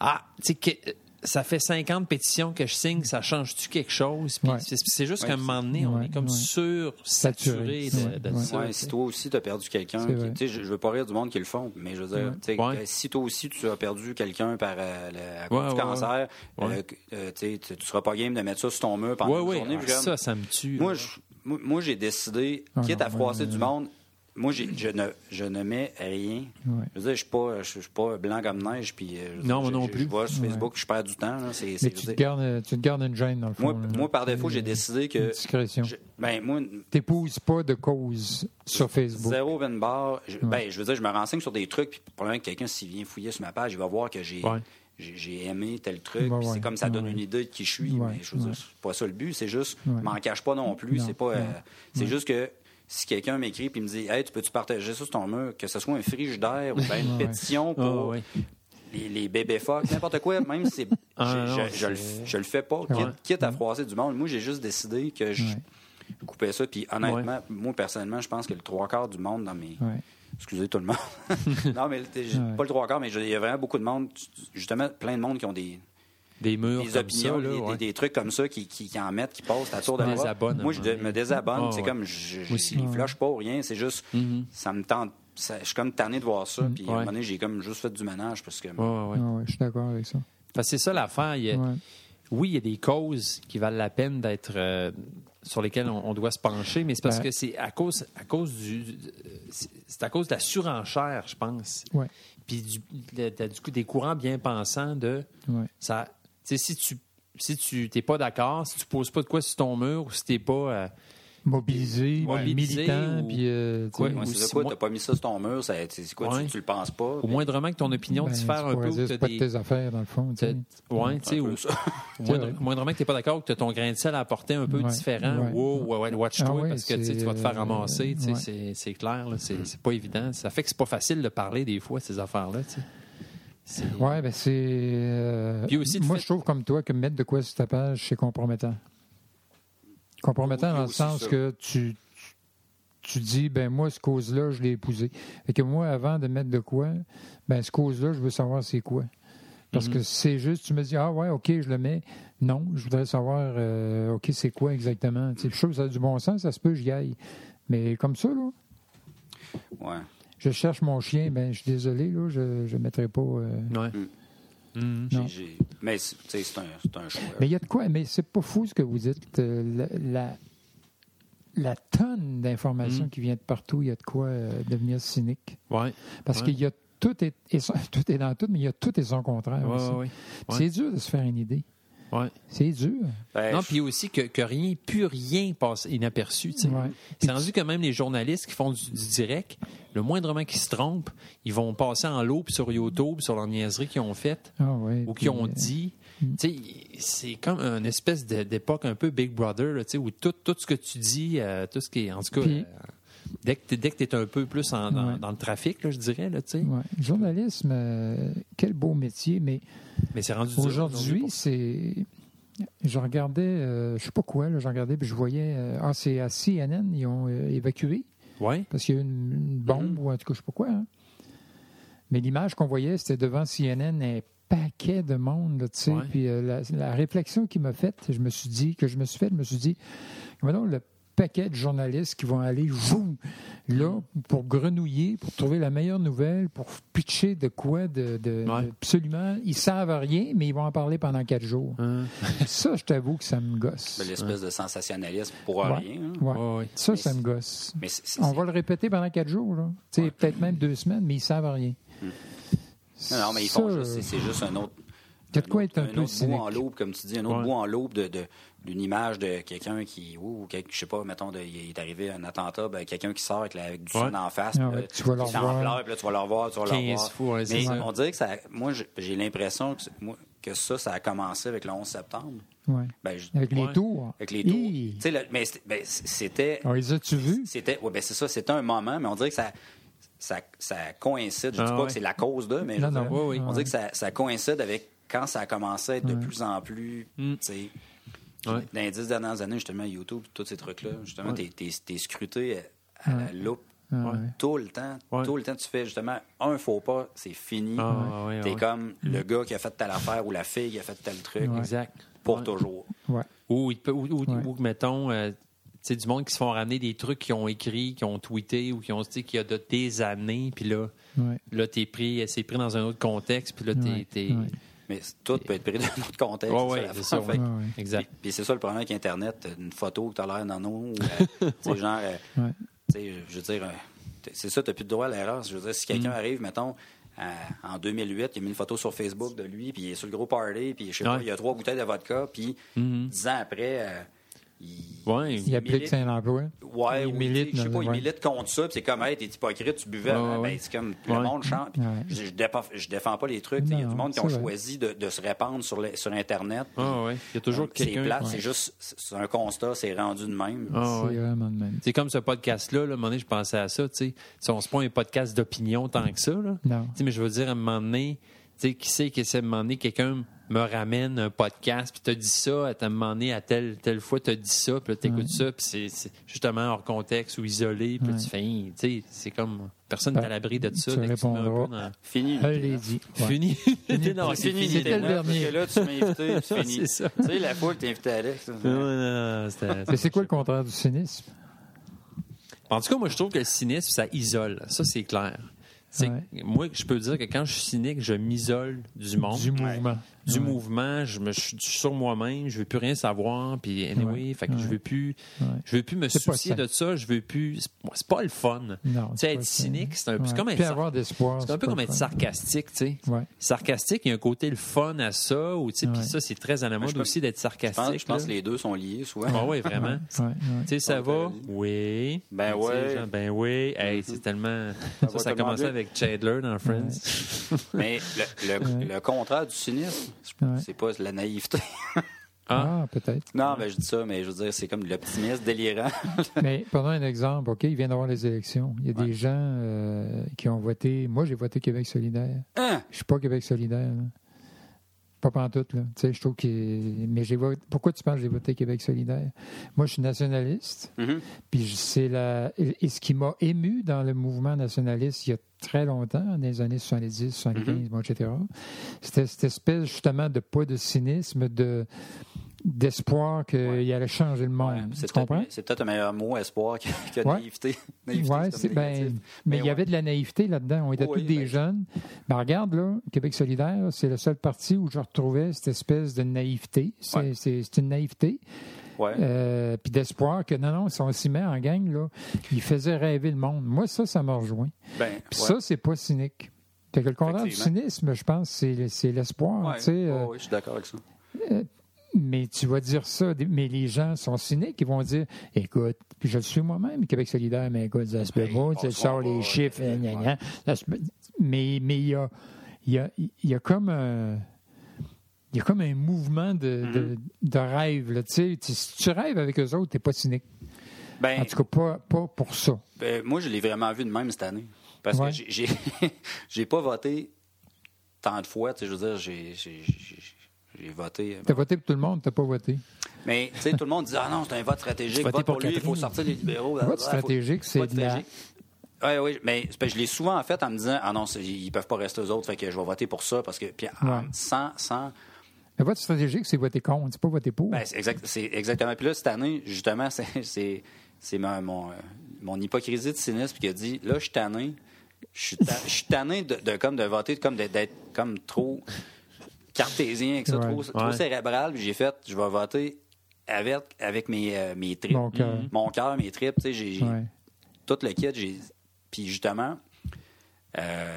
Ah, tu sais, que- ça fait 50 pétitions que je signe, ça change-tu quelque chose? Puis
Ouais.
c'est- C'est juste
Ouais,
qu'à un moment donné, on
ouais,
est comme
ouais.
sur-saturé de,
Saturé.
de
Ouais,
ça.
ouais,
tu sais.
si toi aussi tu as perdu quelqu'un,
C'est
qui-
vrai. Mm-hmm.
tu sais, je, je veux pas rire du monde qui le font, mais je veux dire, tu sais,
Ouais.
que si toi aussi tu as perdu quelqu'un par euh, le- à cause
Ouais,
du
ouais,
cancer,
ouais.
euh, que- euh, tu sais, tu tu seras pas game de mettre ça sur ton mur pendant
Ouais,
une
ouais,
journée. puis je suis comme,
ah, ça, ça me tue.
Moi,
là.
je- moi, moi, j'ai décidé,
Ah
quitte
non,
à froisser
moi,
du monde, moi, j'ai- je ne, je ne mets rien.
Ouais.
Je veux dire, je ne suis, pas- je suis pas blanc comme neige. Puis, euh, je
Non,
veux dire,
moi
je-
non
je-
plus.
Je vois sur Facebook, je perds du temps. là, c'est-
Mais
c'est-
tu
je
te,
veux dire,
gardes, tu te gardes une gêne, dans le
moi,
fond. là.
moi, par défaut, j'ai
Euh,
décidé que.
une discrétion.
je- ben, moi,
T'épouses pas de cause sur Facebook.
zéro open bar. Je, ben, je veux dire, je me renseigne sur des trucs. Puis, probablement que quelqu'un, s'il vient fouiller sur ma page, il va voir que j'ai.
Ouais.
j'ai- J'ai aimé tel truc,
Ouais,
puis c'est
ouais,
comme ça
ouais,
donne
ouais.
une idée de qui je suis.
Ouais,
mais je veux dire,
ouais.
c'est pas ça le but, c'est juste,
Ouais.
m'en cache pas non plus.
Non,
C'est pas, euh,
ouais.
c'est juste que si quelqu'un m'écrit puis me dit, hey, tu peux-tu partager ça sur ton mur, que ce soit un frigidaire ou ben, une
*laughs* Ouais.
pétition pour
Ah, ouais.
les, les bébés phoques, n'importe quoi, même si c'est-
Ah,
je,
non,
je- je le,
c'est-
je le fais pas, quitte,
Ouais.
quitte à froisser du monde. Moi, j'ai juste décidé que je
Ouais.
coupais ça. Puis honnêtement, moi, personnellement, je pense que le trois quarts du monde dans mes.
Ouais.
Excusez tout le monde.
*laughs*
non, mais t'es- j'ai
Ouais.
pas le trois quarts, mais je- il y a vraiment beaucoup de monde, justement, plein de monde qui ont des,
Des murs,
des
comme ça,
opinions,
là,
des, des-
ouais.
des trucs comme ça qui, qui, qui en mettent, qui passent à tour de
Tu te
bras.
désabonnes,
Moi, je
hein.
me désabonne.
Ah,
c'est
ouais.
comme, je, je,
Aussi. Mm-hmm.
je les flush pas ou rien. C'est juste, ça me tente. ça- je suis comme tanné de voir ça. Puis à un
Ouais.
moment donné, j'ai comme juste fait du ménage parce que.
Ouais, ouais, ouais.
Ah ouais, je suis d'accord avec ça.
Parce que c'est ça l'affaire. il y a-
Ouais.
Oui, il y a des causes qui valent la peine d'être euh, sur lesquelles on, on doit se pencher, mais c'est parce
Ben-
que c'est à cause, à cause du, du- c'est c'est à cause de la surenchère, je pense.
Ouais.
Puis du, de- de- du coup des courants bien pensants de
Ouais.
ça. tu sais, si tu si tu t'es pas d'accord, si tu poses pas de quoi sur ton mur ou si t'es pas euh,
Mobilisé,
Mobilisé
militant,
ou-
puis. euh, tu
Quoi,
sais,
Ouais,
ou
c'est ça,
si
quoi,
moi-
t'as pas mis ça sur ton mur, ça- c'est c'est quoi,
Ouais.
tu, tu le penses pas?
au moindrement que ton opinion
ben,
diffère
tu
un
pourrais
peu, ou
dire,
que
c'est
t'as
pas
des-
de tes affaires, dans le fond. tu sais.
t'as- ouais, tu sais,
Mm, Un peu
ou- *laughs*
ça.
au moindre-
Mm. Ouais.
au moindrement que t'es pas d'accord ou que t'as ton grain de sel à apporter un peu
Ouais.
différent,
Ouais.
wow, ouais, ouais, watch-toi
Ah ouais,
parce que tu sais,
c'est,
tu vas te faire
euh,
ramasser, tu sais,
ouais.
c'est- c'est clair, là,
Mm.
c'est c'est pas évident. Ça fait que c'est pas facile de parler des fois, ces affaires-là. tu sais. C'est-
Ouais, ben c'est. euh,
Puis aussi, le
moi,
fait-
je trouve comme toi que mettre de quoi sur ta page, c'est compromettant. Compromettant
Oui,
dans le
aussi
sens
ça.
que tu, tu- tu dis, ben moi, cette cause-là, je l'ai épousée. Et que moi, avant de mettre de quoi, ben cette cause-là, je veux savoir c'est quoi. Parce
Mhm.
que c'est juste, tu me dis, ah ouais, OK, je le mets. Non, je voudrais savoir, euh, OK, c'est quoi exactement. Tu sais, je suis sûr que ça a du bon sens, ça se peut, j'y aille. Mais comme ça, là,
Ouais.
je cherche mon chien, ben je suis désolé, là, je ne mettrai pas. euh,
Ouais.
Mm.
Mhm.
Non.
J'ai- j'ai- Mais c'est tu sais, c'est un, c'est un choix.
Mais il y a de quoi, mais c'est pas fou ce que vous dites. euh, la, la- la tonne d'informations
Mm.
qui vient de partout, il y a de quoi euh, devenir cynique.
Ouais.
Parce
Ouais.
qu'il y a tout et, et son- *laughs* tout est dans tout, mais il y a tout et son contraire.
Ouais,
Ah aussi.
ouais, ouais.
Puis C'est dur de se faire une idée.
Ouais.
C'est dur.
Ben,
Non,
je-
puis aussi que, que rien, plus rien passe inaperçu. tu sais.
Ouais.
C'est rendu que même les journalistes qui font du, du direct, le moindrement qu'ils se trompent, ils vont passer en l'eau puis sur YouTube, sur leur niaiserie qu'ils ont faite.
Ah ouais,
ou
puis,
qui ont
euh,
dit. Tu sais, c'est comme une espèce de- d'époque un peu Big Brother, là, tu sais, où tout, tout ce que tu dis, euh, tout ce qui est. En tout cas,
Puis-
euh, dès que tu es un peu plus en- dans,
Ouais.
dans le trafic, là, je dirais, là, tu sais.
ouais. Journalisme, euh, quel beau métier, mais
Mais c'est rendu dur
Aujourd'hui, c'est. Je regardais, euh, je sais pas quoi, là, je regardais, puis je voyais. euh, ah, c'est à CNN, ils ont euh, évacué
pour- Ouais.
parce qu'il y a eu une, une bombe ou en tout cas, je sais pas quoi. hein. Mais l'image qu'on voyait, c'était devant CNN un paquet de monde, là, tu sais.
Ouais.
Puis euh, la, la réflexion qui m'a faite, je me suis dit, que je me suis faite, je me suis dit, comment donc le paquet de journalistes qui vont aller vous là pour grenouiller, pour trouver la meilleure nouvelle, pour pitcher de quoi de, de-
Ouais.
de- absolument. Ils savent rien, mais ils vont en parler pendant quatre jours. ça, je t'avoue que ça me gosse.
Ben, L'espèce de sensationnalisme pour
Ouais.
rien. hein.
Ouais.
Ouais, ouais.
Ça,
Mais
ça
c'est-
me gosse.
Mais c'est- c'est-
On va le répéter pendant quatre jours, là. Tu sais, peut-être même deux semaines, mais ils savent rien.
Non, non, mais ils
Ça,
font juste, c'est- c'est juste un autre.
T'as de quoi être un peu
autre bout
cynique.
en l'aube, comme tu dis, un autre
Ouais.
bout en l'aube de- de- d'une image de quelqu'un qui, ou quelque- je sais pas, mettons, de- il est arrivé un attentat, ben, quelqu'un qui sort avec, la- avec du
Ouais.
son en face,
Ah
puis
ouais,
là,
tu vas le
il fait en
revoir.
pleurs, puis là, tu vas le revoir, tu vas le
15
revoir.
fois, ouais, c'est
mais
ça.
on dirait que ça, moi, j'ai- j'ai l'impression que, c'est- moi, que ça, ça a commencé avec le 11 septembre.
euh, Ouais.
Ben, je-
Avec les
Ouais.
tours.
avec les tours.
Hi!
Tu sais, le- mais c'était- ben, c'était.
On les as-tu vus?
C'était, ouais, ben c'est ça, c'était un moment, mais on dirait que ça, ça, ça coïncide. Je ne
Ah
dis pas
ouais.
que c'est la cause de, mais je
Non,
veux
non,
dire,
oui, oui.
on
Ah ouais.
dirait que ça, ça coïncide avec quand ça a commencé à être de plus en plus. tu sais,
Mm. Ouais.
Dans les dix dernières années, justement, YouTube, tous ces trucs-là, justement, t'es, t'es- t'es scruté à, à la loupe.
Ah,
Tout le temps,
Ouais.
tout le temps, tu fais justement un faux pas, c'est fini.
Ah, ouais,
T'es
ouais.
comme le gars qui a fait telle affaire ou la fille qui a fait tel truc
Exact.
pour
Ouais.
toujours.
Ouais.
Ou, il peut- ou, ou-
Ouais.
ou, mettons, euh, tu sais, du monde qui se font ramener des trucs qu'ils ont écrits, qu'ils ont tweeté ou qui ont dit qu'il y a de, des années, puis là,
Ouais.
là t'es pris, c'est pris dans un autre contexte, puis là, t'es.
Ouais,
t'es-
ouais.
Mais tout peut être pris *laughs* dans un autre contexte.
Ouais,
Ben, c'est
ouais,
ça, la
c'est ça, ouais.
fin. Fait que-
Ouais, ouais.
Exact.
Puis c'est ça le problème avec Internet. T'as Une photo que t'as l'air
*laughs*
nanon, ou, euh, tu sais, genre, euh,
Ouais.
tu sais, je veux dire, euh, t'es- c'est ça, t'as plus de droit à l'erreur. Je veux dire, si
Mm.
quelqu'un arrive, mettons, à- en 2008, il a mis une photo sur Facebook de lui, puis il est sur le gros party, puis je sais pas,
Ouais. Mm.
il y a trois bouteilles de vodka, puis
Mm-hmm.
dix ans après, euh, il...
Ouais.
Il applique
milite-
Saint-Lamproy.
Ouais,
il
ou,
milite,
tu sais, je sais pas,
ouais.
il milite contre ça, puis c'est comme, hey, t'es hypocrite, tu buvais, avant.
Ouais, ouais,
Ben,
ouais.
c'est comme,
Ouais.
le monde chante.
Ouais.
Je, je défends, je défends pas les trucs, tu sais, il y a
Non,
du monde qui
c'est
ont
vrai.
choisi de, de se répandre sur, les- sur Internet.
Ah, ouais. Il y a toujours
C'est
quelqu'un.
plate,
Ouais.
c'est juste, c'est un constat, c'est rendu de même.
Ah, ouais.
C'est vraiment de même.
C'est comme ce podcast-là, là, à un moment donné, je pensais à ça, tu sais. Si on se prend un podcast d'opinion tant que ça, là.
Non.
Tu sais, mais je veux dire, à un moment donné, tu sais, qui sait qui essaie de demander, quelqu'un me ramène un podcast, puis t'as dit ça, à un moment donné, à telle, telle fois, t'as dit ça, puis là, t'écoutes ça, puis c'est, c'est justement hors contexte ou isolé, puis là,
Ouais.
tu fais, Hein, tu sais, c'est comme, personne n'est
Ben,
à l'abri de ça. dès
tu
que mets un peu
répondras.
Fini.
Allez-y. Ouais.
dans- Fini. *laughs* Non, c'est fini.
C'était le
t'es là,
dernier.
Parce que là, tu m'as invité, c'est
*laughs*
fini.
C'est ça.
Tu sais, la fois que t'es invité Alex. ça,
Non, non, non, c'était-
Mais c'est quoi le contraire du cynisme?
En tout cas, moi, je trouve que le cynisme, ça isole. Ça, c'est clair. C'est-
Ouais.
Moi, je peux dire que quand je suis cynique, je m'isole du monde, du,
Du mouvement. Ouais.
mouvement. Je me je suis sur moi-même. Je veux plus rien savoir. Puis anyway,
Ouais.
fait que je
Ouais.
veux plus,
Ouais.
je veux plus me
C'est pas
soucier
ça.
de ça. Je veux plus. c'est- moi, C'est pas le fun.
Non.
Tu
c'est
sais,
pas
être
le fun.
cynique, c'est un, peu-
Ouais.
c'est comme
Puis
être, sar-
avoir d'espoir.
c'est un peu
pas
comme
le
être
fun.
sarcastique, tu sais.
Ouais.
Sarcastique, il y a un côté le fun à ça. Ou, tu sais, Puis
Ouais.
ça, c'est très à la mode
je pense-
aussi d'être
Je pense,
sarcastique.
je pense
là.
que les deux sont liés souvent.
Ah ouais, vraiment.
Ouais, ouais.
Tu sais, ça
On
va?
t'avait dit.
Oui.
Ben
Tu sais,
ouais. Mm-hmm.
genre, ben oui. Hey, c'est tellement. *laughs* Ça,
Ça
ça
va
a
tellement
commencé
bien.
avec Chandler dans Friends.
Mais le, le-
Ouais.
le contraire du cynisme,
Ouais.
c'est pas la naïveté. *laughs*
Ah, peut-être.
Non, mais je dis ça, mais je veux dire, c'est comme l'optimisme délirant. *laughs*
Mais prenons un exemple. OK, il vient d'avoir les élections. Il y a des gens euh, qui ont voté. Moi, j'ai voté Québec solidaire.
Hein?
Je suis pas Québec solidaire. là. Pas pantoute, là. Tu sais, je trouve que... Mais j'ai voté... Pourquoi tu penses que j'ai voté Québec solidaire? Moi, je suis nationaliste.
Mhm.
Puis je- c'est la... Et et ce qui m'a ému dans le mouvement nationaliste il y a très longtemps, dans les années 70, 75,
Mm-hmm.
bon, etc., c'était cette espèce, justement, de pas de cynisme, de d'espoir qu'il allait changer le
Ouais,
monde.
c'est
tu comprends?
peut-être c'est peut-être un meilleur mot, espoir, que, que
Ouais.
naïveté. Naïveté,
Ouais,
comme
c'est ben,
négatif.
mais il y
ouais.
avait de la naïveté là-dedans. On était
Oui,
tous des
ben-
jeunes. Ben, regarde, là, Québec solidaire, c'est le seul parti où je retrouvais cette espèce de naïveté. C'est
Ouais. Ben.
c'est- c'est une naïveté.
Ouais.
Euh, Puis d'espoir que non, non, si on s'y met en gang, là, il faisait rêver le monde. Moi, ça, ça m'a rejoint.
Ben,
Puis
ouais.
ça, c'est pas cynique. Fait que le contraire du
Effectivement.
cynisme, je pense, c'est le- c'est l'espoir.
Ouais. Oh,
tu sais,
Ouais,
euh,
ouais, je suis d'accord avec ça.
mais tu vas dire ça, des- mais les gens sont cyniques, ils vont dire écoute, puis je le suis moi-même, Québec solidaire, mais écoute, ça se peut
Ben,
pas,
ils
tu sais,
penseront
sors les
pas,
chiffres,
euh,
gna,
ouais.
gna, ça se peut- mais mais il y a, il y, a, il y a comme un. Il y a comme un mouvement de, de-
Mm-hmm.
de rêve. Là. Tu sais, tu- si tu rêves avec eux autres, t'es pas cynique.
Ben,
En tout cas, pas, pas pour ça.
Ben, moi, je l'ai vraiment vu de même cette année. Parce
Ouais.
que j'ai- j'ai *laughs* j'ai pas voté tant de fois. tu sais, Je veux dire, j'ai- j'ai- j'ai j'ai voté.
T'as voté pour tout le monde, t'as pas voté.
Mais tu sais, tout le monde dit Ah non, c'est un vote stratégique.
Voter
Vote pour,
pour
lui, il faut
Catherine.
sortir les libéraux.
Vote stratégique, c'est de la-
Oui, oui, mais c'est parce que je l'ai souvent fait en me disant Ah non, c'est- ils peuvent pas rester aux autres, fait que je vais voter pour ça. Parce que, puis, en-
Ouais.
sans, sans,
Le vote stratégique, c'est voter contre, c'est pas voter pour.
Ben, *laughs* c'est exact- c'est exactement. Puis là, cette année, justement, c'est- c'est C'est ma- mon, euh, mon hypocrisie de cynisme qui a dit là, je suis tanné. Je suis ta- je suis tanné de, de comme, de voter, comme de- d'être comme trop cartésien avec ça,
Ouais.
trop, trop
Ouais.
cérébral. Puis j'ai fait, je vais voter avec, avec mes, euh, mes tripes.
Mon cœur.
Mon cœur, mes tripes. tu sais, J'ai, j'ai-
Ouais.
tout le kit. j'ai- Puis justement, euh,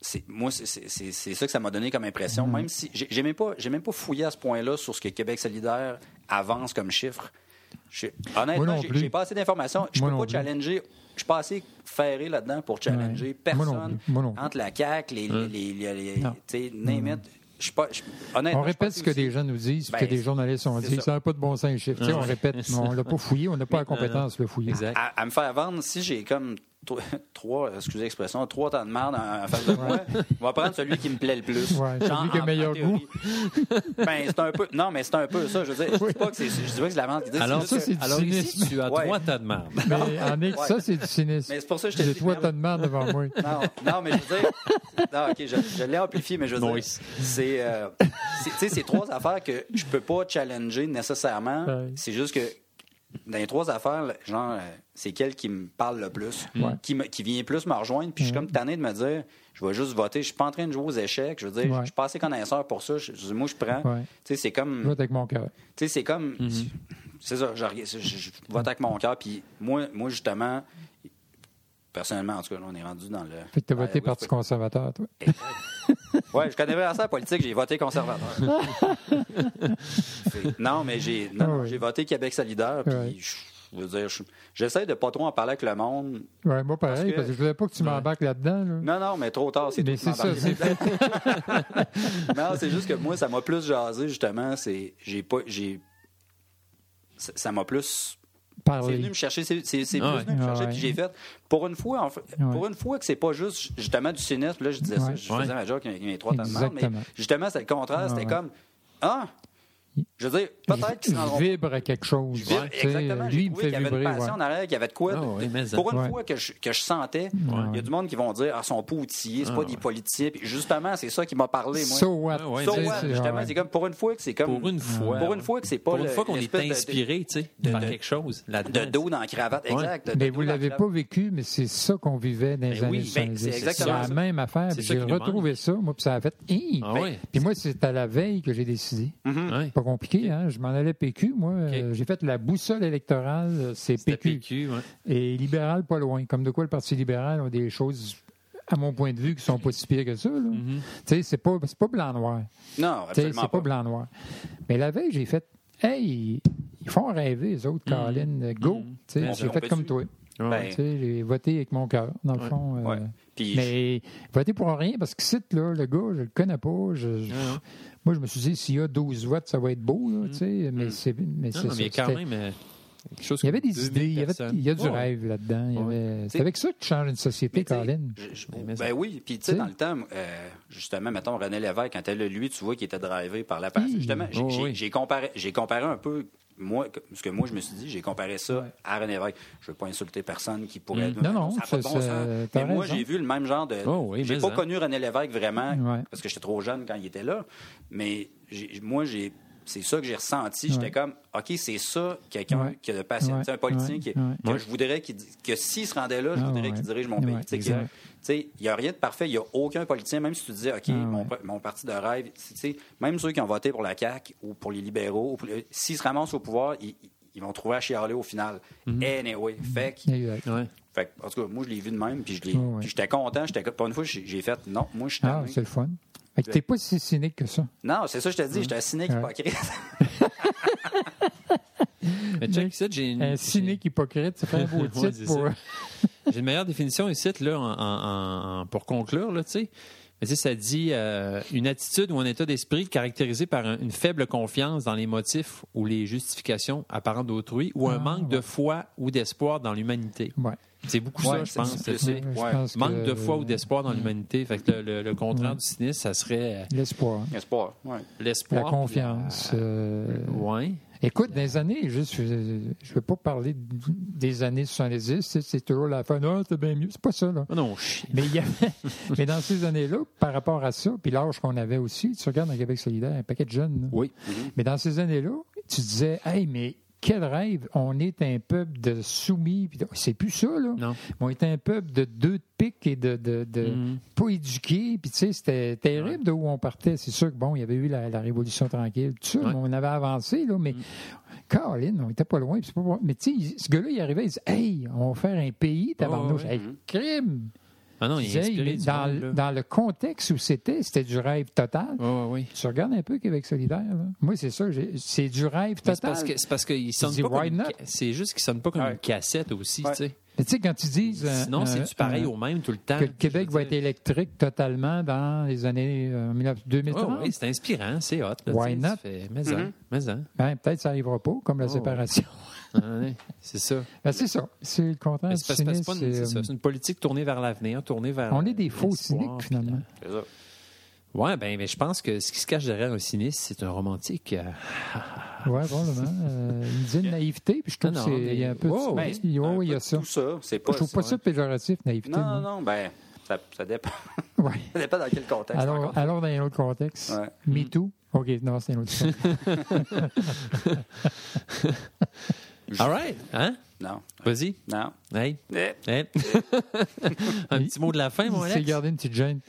c'est- moi, c'est- c'est c'est- c'est ça que ça m'a donné comme impression.
Mm-hmm.
Même si j'ai j'ai même, pas- j'ai même pas fouillé à ce point-là sur ce que Québec solidaire avance comme chiffre. J'ai-
Moi
Honnêtement,
non
j'ai-
plus.
j'ai pas assez d'informations. Je
Moi
peux
non
pas
plus.
challenger. Je suis pas assez ferré là-dedans pour challenger
Ouais. Moi non
personne
plus. Moi non plus. Euh.
entre la CAQ, les. les, les, les-
Non. Mm-hmm.
tu sais, name it. Je suis pas. je- honnêtement,
On
je
répète
suis
ce
pas
que
aussi-
des gens nous disent,
Ben,
que des journalistes ont
c'est
dit.
ça.
Ça n'a pas de bon sens, les chiffres. Tu sais, on répète, mais on l'a
*laughs*
pas fouillé, on n'a pas la compétence de le
*laughs*
fouiller.
Exact.
à, à me faire vendre, si j'ai comme tro- *laughs* trois, excusez l'expression, trois temps de merde en, en face de moi, on va prendre celui qui me plaît le plus.
Ouais,
Genre,
celui qui a
en-
meilleur
en théorie. ben, c'est un peu, non, mais c'est un peu ça. Je veux dire, je dis pas que c'est, je dis pas que c'est la vente qui dit c'est
Alors,
juste
ça,
que-
c'est du
Alors ici,
cynisme.
tu as
*laughs* Ouais.
trois tas de marde.
Mais en est- ça, c'est du cynisme.
Mais c'est pour ça que je te
J'ai
dis,
trois
merde.
tas de marde
*laughs*
devant moi.
Non, non, mais je veux dire. Non, OK, je, je l'ai amplifié, mais je veux
Nice.
dire. C'est, euh, c'est- tu sais, c'est trois affaires que je peux pas challenger nécessairement.
Ouais.
C'est juste que dans les trois affaires, le- genre, euh, c'est quelle qui me parle le plus,
Ouais. Mm.
qui, me- qui vient plus me rejoindre. Puis je suis comme tanné de me dire, je vais juste voter. Je suis pas en train de jouer aux échecs. Je veux dire,
Ouais.
je suis pas assez connaisseur pour ça. Je- je- moi, je prends.
Ouais. Mm-hmm.
Tu sais, c'est
Je
comme.
vote avec mon cœur.
Tu sais, c'est comme. C'est ça, je, regarde- je- je- je vote avec mon cœur. Puis moi, moi, justement, personnellement, en tout cas, là, on est rendu dans le.
Fait que tu as
Ouais, oui,
voté Parti
je peux-
conservateur, toi.
Ouais, je connais vraiment ça, la politique, j'ai voté conservateur.
*laughs*
C'est- non, mais j'ai non,
Ah
non,
oui.
j'ai voté Québec solidaire. Puis
Ouais.
je je veux dire, je- j'essaie de pas trop en parler avec le monde.
Ouais, moi, pareil, parce
Parce
que,
que-
je voulais pas que tu m'embarques là-dedans.
Non,
là.
non, mais trop tard, c'est
Mais
tout
c'est ça,
m'embarquer.
c'est fait.
*laughs* Non, c'est juste que moi, ça m'a plus jasé, justement. C'est. J'ai pas. J'ai. ça- Ça m'a plus C'est venu
Parler.
me chercher, c'est c'est- c'est
Ah
plus
ouais.
venu me chercher,
Ah ouais.
puis j'ai fait. Pour une fois, en fait,
Ouais.
pour une fois que c'est pas juste justement du cynisme, là je disais ça,
Ouais.
je
Ouais.
faisais ma joke avec mes trois temps de marde, mais
Exactement.
justement c'est le contraire,
Ah
c'était
ouais.
comme ah, je veux dire peut-être
Je-
qu'ils se rendront
je vibre à quelque chose.
je vibre-
tu sais,
Exactement,
lui,
j'ai
il me
trouvé
fait
qu'il y avait une
vibrer.
passion
ouais.
en arrière, qu'il y avait de quoi. de-
Ah ouais, mais ça-
pour une
Ouais.
fois que je, que je sentais, il y a du monde qui vont dire ah, sont pas outillés, c'est pas des politiciens, puis justement c'est ça qui m'a parlé moi.
So what?
Ah ouais,
So
tu sais,
what?
c'est-
justement,
ouais.
c'est comme pour une fois que c'est comme
Pour une fois.
pour une fois que c'est pas
Pour une
le-
fois qu'on est
l'espèce de- de-
inspiré, tu sais,
de-
par
de-
quelque chose.
de dos dans la cravate, exact. de- de
Mais
dos
vous ne
dans la
l'avez
cravate.
pas vécu, mais c'est ça qu'on vivait dans les
Ben oui,
années
ben,
70.
c'est exactement
la
ça.
même affaire. puis
ça
J'ai
qui nous
retrouvé ça, moi, puis ça a fait. Hi!
Ah
Ben,
ouais.
Puis moi, c'est à la veille que j'ai décidé.
Mm-hmm.
Ouais.
Pas compliqué, hein? Je m'en allais PQ, moi. Euh, j'ai fait la boussole électorale, euh, c'est
C'était
PQ.
PQ, ouais.
Et libéral, pas loin. Comme de quoi le Parti libéral a des choses, à mon point de vue, qui sont pas si pires que ça. là.
Mm. Mm-hmm.
Tu sais, c'est pas, c'est pas blanc-noir.
Non,
Tu sais,
absolument
C'est pas blanc-noir. Mais la veille, j'ai fait Hey, ils font rêver, les autres, Colin, go. Tu sais,
On
J'ai
peut-
fait
on
comme
peut-tu?
toi.
Ben,
Tu sais, J'ai voté avec mon cœur, dans le fond. euh,
Ouais. Puis
Mais voter pour rien, parce que c'est là, le gars, je le connais pas. je- je- Moi, je me suis dit, s'il y a 12 votes, ça va être beau, là, tu sais, mais c'est mais
Mm. Non,
c'est
non,
ça,
mais quand
c'était-
même, euh, quelque chose
Il y avait
comme
des idées, il y,
2000
avait,
personnes.
il y a du
Ouais.
rêve là-dedans. il y
Ouais.
avait-
T'sais-
C'est avec ça que tu changes une société,
Mais tu sais,
Colin.
je- je-
Mais ça-
ben oui, puis tu sais,
Tu sais.
dans le temps, euh, justement, mettons René Lévesque, quand elle a lui, tu vois qu'il était drivé par la
Hmm.
passion. Justement, j'ai
Oh,
j'ai-
oui.
j'ai comparé, j'ai comparé un peu, moi, que- ce que moi je me suis dit, j'ai comparé ça à René Lévesque. Je veux pas insulter personne qui pourrait.
Hmm. Non, non,
ça a pas de
ça-
bon
ça-
sens.
t'as
Mais moi,
raison.
j'ai vu le même genre de.
Oh, oui,
j'ai
mais
pas
ça.
connu René Lévesque vraiment,
hein. Ouais.
parce que j'étais trop jeune quand il était là, mais j'ai- moi, j'ai. C'est ça que j'ai ressenti. J'étais
Ouais.
comme, OK, c'est ça, quelqu'un
Ouais.
qui a de passion.
Ouais.
Tu sais, Un politicien
Ouais.
qui,
Ouais.
que je voudrais qu'il di- que s'il se rendait là, je
Ah,
voudrais
ouais.
qu'il dirige mon pays.
Ouais,
Tu sais, que-
exact.
euh,
Ah,
tu sais, il n'y a rien de parfait. Il n'y a aucun politicien, même si tu dis, OK, mon, pa- mon parti de rêve, tu sais, même ceux qui ont voté pour la CAQ ou pour les libéraux, ou pour le- s'ils se ramassent au pouvoir, ils, ils vont trouver à chialer au final.
Mhm.
Anyway, fait que-
Exact.
Ouais.
fait que, en tout cas, moi, je l'ai vu de même, puis je l'ai-
Ouais, Ah, ouais.
puis j'étais content. J'étais, co- pour une fois, j'ai j'ai fait, non, moi, je suis
Ah,
tanné.
c'est le fun. Fait que t'es pas si cynique que ça.
Non, c'est ça, que je te dis, j'étais un cynique
Ouais.
hypocrite.
Mais
*laughs*
check ça, j'ai une.
Un cynique hypocrite, c'est pas un beau
Mm. *laughs* Ouais,
titre
c'est
pour.
ça. J'ai une meilleure définition ici là, en- en- en- pour conclure, là, tu sais. Mais tu sais, ça dit euh, une attitude ou un état d'esprit caractérisé par un- une faible confiance dans les motifs ou les justifications apparentes d'autrui ou un
Ah,
manque de foi ou d'espoir dans l'humanité.
Ouais.
C'est beaucoup
Ouais,
ça, je
c'est-
pense.
c'est-
tu sais.
Ouais, je
Ouais.
pense
Manque
que-
de foi ou d'espoir dans l'humanité. Fait que le, le- le contraire du cynisme, ça serait euh,
L'espoir.
Espoir, ouais.
l'espoir.
La confiance. euh,
Oui.
Écoute, des années, juste, je ne veux pas parler des années 70, c'est- c'est toujours la fin. Non, c'est bien mieux. C'est pas ça, là.
Ah non, chien.
Mais, il y avait- *laughs* mais dans ces années-là, par rapport à ça, puis l'âge qu'on avait aussi, tu regardes dans Québec solidaire, un paquet de jeunes. là.
Oui.
Mais dans ces années-là, tu disais, hey, mais quel rêve, on est un peuple de soumis. puis de- C'est plus ça, là.
Non.
On est un peuple de deux de pique et de, de, de
Mhm.
pas éduqués. Puis, tu sais, c'était terrible de où on partait. C'est sûr que, bon, il y avait eu la, la Révolution tranquille, tout ça,
Ouais. Mhm.
mais on avait avancé, là, mais Caroline, on était pas loin. puis c'est pas- Mais, tu sais, ce gars-là, il arrivait, il disait, Hey, on va faire un pays, tabarnouche.
ouais.
Hey, crime!
Ah non, il est
Je disais,
inspiré
mais
du
dans,
monde, là.
dans le contexte où c'était, c'était du rêve total.
Ouais, ouais, ouais.
Tu regardes un peu Québec solidaire. là. Moi, c'est ça. j'ai- C'est du rêve
Mais C'est
total.
parce que c'est parce qu'il sonne
dis,
pas comme
why
une
not?
ca- c'est juste qu'il sonne pas comme
Ouais.
une cassette aussi,
Ouais.
tu sais.
Mais tu sais, quand ils disent. euh,
Sinon, c'est
euh,
du pareil
euh,
au même tout le temps.
Que le Québec
Je
va
veux
être
dire.
électrique totalement dans les années euh, 19- 2030.
Ouais, ouais, c'est inspirant, c'est hot. là,
Why
tu sais,
not?
tu fais, Mais en,
Mhm.
mais en.
Ben, Peut-être ça n'arrivera pas, comme la
Oh,
séparation. *laughs*
Ah ouais, C'est ça.
Ben, c'est ça. C'est le contraire.
Mais
du
C'est parce- parce que c'est
cynisme,
pas une-
c'est,
c'est ça,
euh,
c'est une politique tournée vers l'avenir, tournée vers.
On est des faux
l'espoir,
cyniques,
puis
finalement.
C'est ça.
la- Ouais, ben, mais je pense que ce qui se cache derrière un cynisme, c'est un romantique. euh,
Oui, probablement.
*laughs*
Euh, il dit une naïveté, puis je trouve
Ah Non, non,
qu'il y a un
mais-
peu de
Oh,
cynisme. Oui,
Un
oui, il y
peu
a
de
ça.
Tout ça, c'est pas.
Je trouve pas ça hein. péjoratif, naïveté.
Non, non,
moi.
non, ben, ça, ça dépend.
*laughs*
*laughs*
Ouais.
ça dépend dans quel contexte.
Alors,
encore.
alors, dans un autre contexte,
Ouais.
Me Too. OK, non, c'est un
*laughs*
autre sujet.
All right, hein?
Non,
Vas-y.
non.
Hey,
Eh,
hey.
*laughs*
un petit mot de la fin, mon
Il s'est
Alex.
gardé une petite gêne.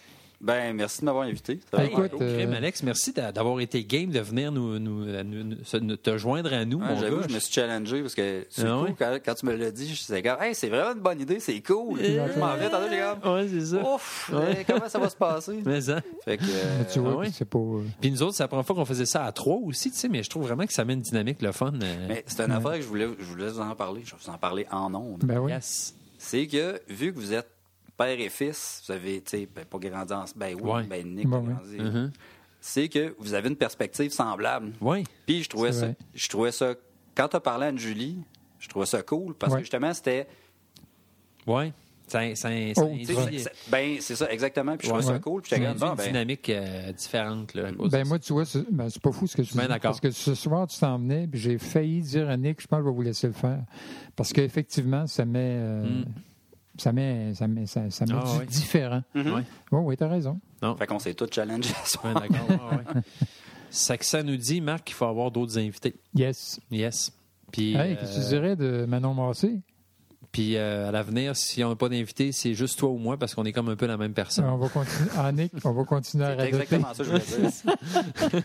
Ben, merci de m'avoir invité. Ça
Ben,
va
écoute,
être cool.
euh,
Crime, Ah, Alex, merci d'a- d'avoir été game, de venir nous, nous- euh, nous- nous- se- nous- te joindre à nous.
Ouais,
mon
J'avoue,
gars.
je me suis challengé parce que sur le
Ah
coup,
ouais?
quand, quand tu me l'as dit, je disais, comme, hey, c'est vraiment une bonne idée, c'est cool.
Euh,
Je m'en vais, tantôt, j'ai comme,
Eh. Ouais, c'est ça.
ouf, mais comment ça va se passer?
Mais, hein?
Fait que, euh,
Mais tu vois,
ah ouais?
que c'est pas. euh,
Puis nous autres, c'est la première fois qu'on faisait ça à trois aussi, tu sais, mais je trouve vraiment que ça met une dynamique, le fun. euh,
mais c'est une affaire que je voulais, je voulais vous en parler. Je vais vous en parler en ondes.
Ben oui.
yes.
C'est que, vu que vous êtes père et fils, vous avez, tu sais, ben, pas grandi en... Ben oui,
Ouais. Mm-hmm.
ben Nick,
Bon,
a
ouais.
grandi. C'est que vous avez une perspective semblable.
Oui.
Puis je trouvais
C'est
ça,
vrai.
je trouvais ça quand tu as parlé à Julie, je trouvais ça cool parce
Ouais.
que justement c'était
Oui. Ça, ça, ça
Oh,
induit-
tu sais,
Ouais.
c'est- ben c'est ça exactement puis je trouvais
Ouais.
ça cool puis
ça
j'étais
induit
comme, bon,
une
ben,
dynamique euh, différente. Là, à cause
Ben
de
moi, tu vois, c'est ben, c'est pas fou ce que tu
bien
dis.
d'accord.
Parce que ce soir, tu t'en venais, puis j'ai failli dire à Nick, je pense que je vais vous laisser le faire. Parce qu'effectivement, ça met. euh, Ça met, ça met, ça, ça met
Hmm. Ah,
du
ouais.
différent.
ça.
Mm-hmm.
Ouais.
Oui, oui, t'as raison.
fait qu'on s'est tous challengés à soi.
Ouais, d'accord. Ouais, ouais.
*laughs*
Saxon nous dit, Marc, qu'il faut avoir d'autres invités.
Yes.
Yes. Puis, euh,
Hey, qu'est-ce que tu dirais de Manon Massé?
puis euh, à l'avenir, si on n'a pas d'invité, c'est juste toi ou moi parce qu'on est comme un peu la même personne.
On va continuer. Ah, Nick, on va continuer à
C'est
radoter.
exactement ça que je
*laughs*
voulais dire.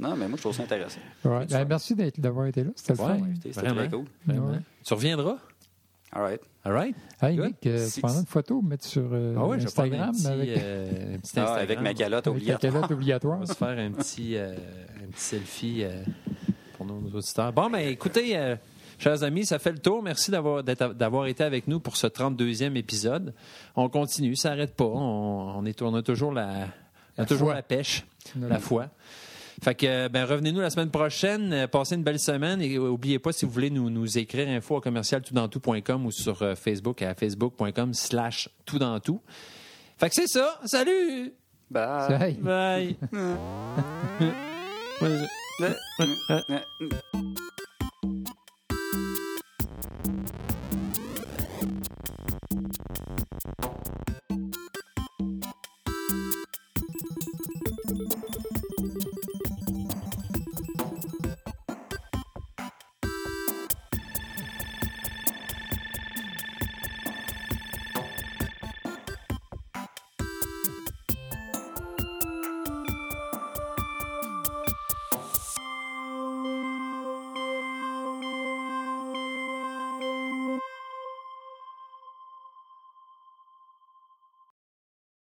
non, mais moi, je trouve ça intéressant.
Ouais. Ben, merci d'être- d'avoir été là. C'était le
Ouais,
fun.
ouais,
C'était
Vraiment.
très cool.
Vraiment.
ben Ouais.
Tu reviendras?
All right.
All right?
Hey,
Good.
Nick, euh,
Si-
tu prendras une photo, mettre sur euh,
Ah ouais, je vais prendre un
Instagram
petit,
avec,
euh, un petit
Ah,
Instagram.
avec ma calotte
avec la
obligatoire.
calotte obligatoire.
*laughs* On va se faire un petit, euh, un petit selfie euh, pour nos, nos auditeurs. Bon, ben écoutez, euh, chers amis, ça fait le tour. Merci d'avoir, d'être- d'avoir été avec nous pour ce 32e épisode. On continue, ça n'arrête pas. On, on est, on a toujours la, on a toujours
foi.
la pêche,
Non,
la
non.
foi. Fait que, euh, ben, revenez-nous la semaine prochaine. Euh, Passez une belle semaine et euh, oubliez pas, si vous voulez nous, nous écrire, info à commercial tout-dans-tout.com ou sur euh, Facebook à facebook.com slash tout dans tout. Fait que c'est ça. Salut!
Bye.
Hey.
*laughs* Bye! Ouais, je-
Euh, euh, euh, euh.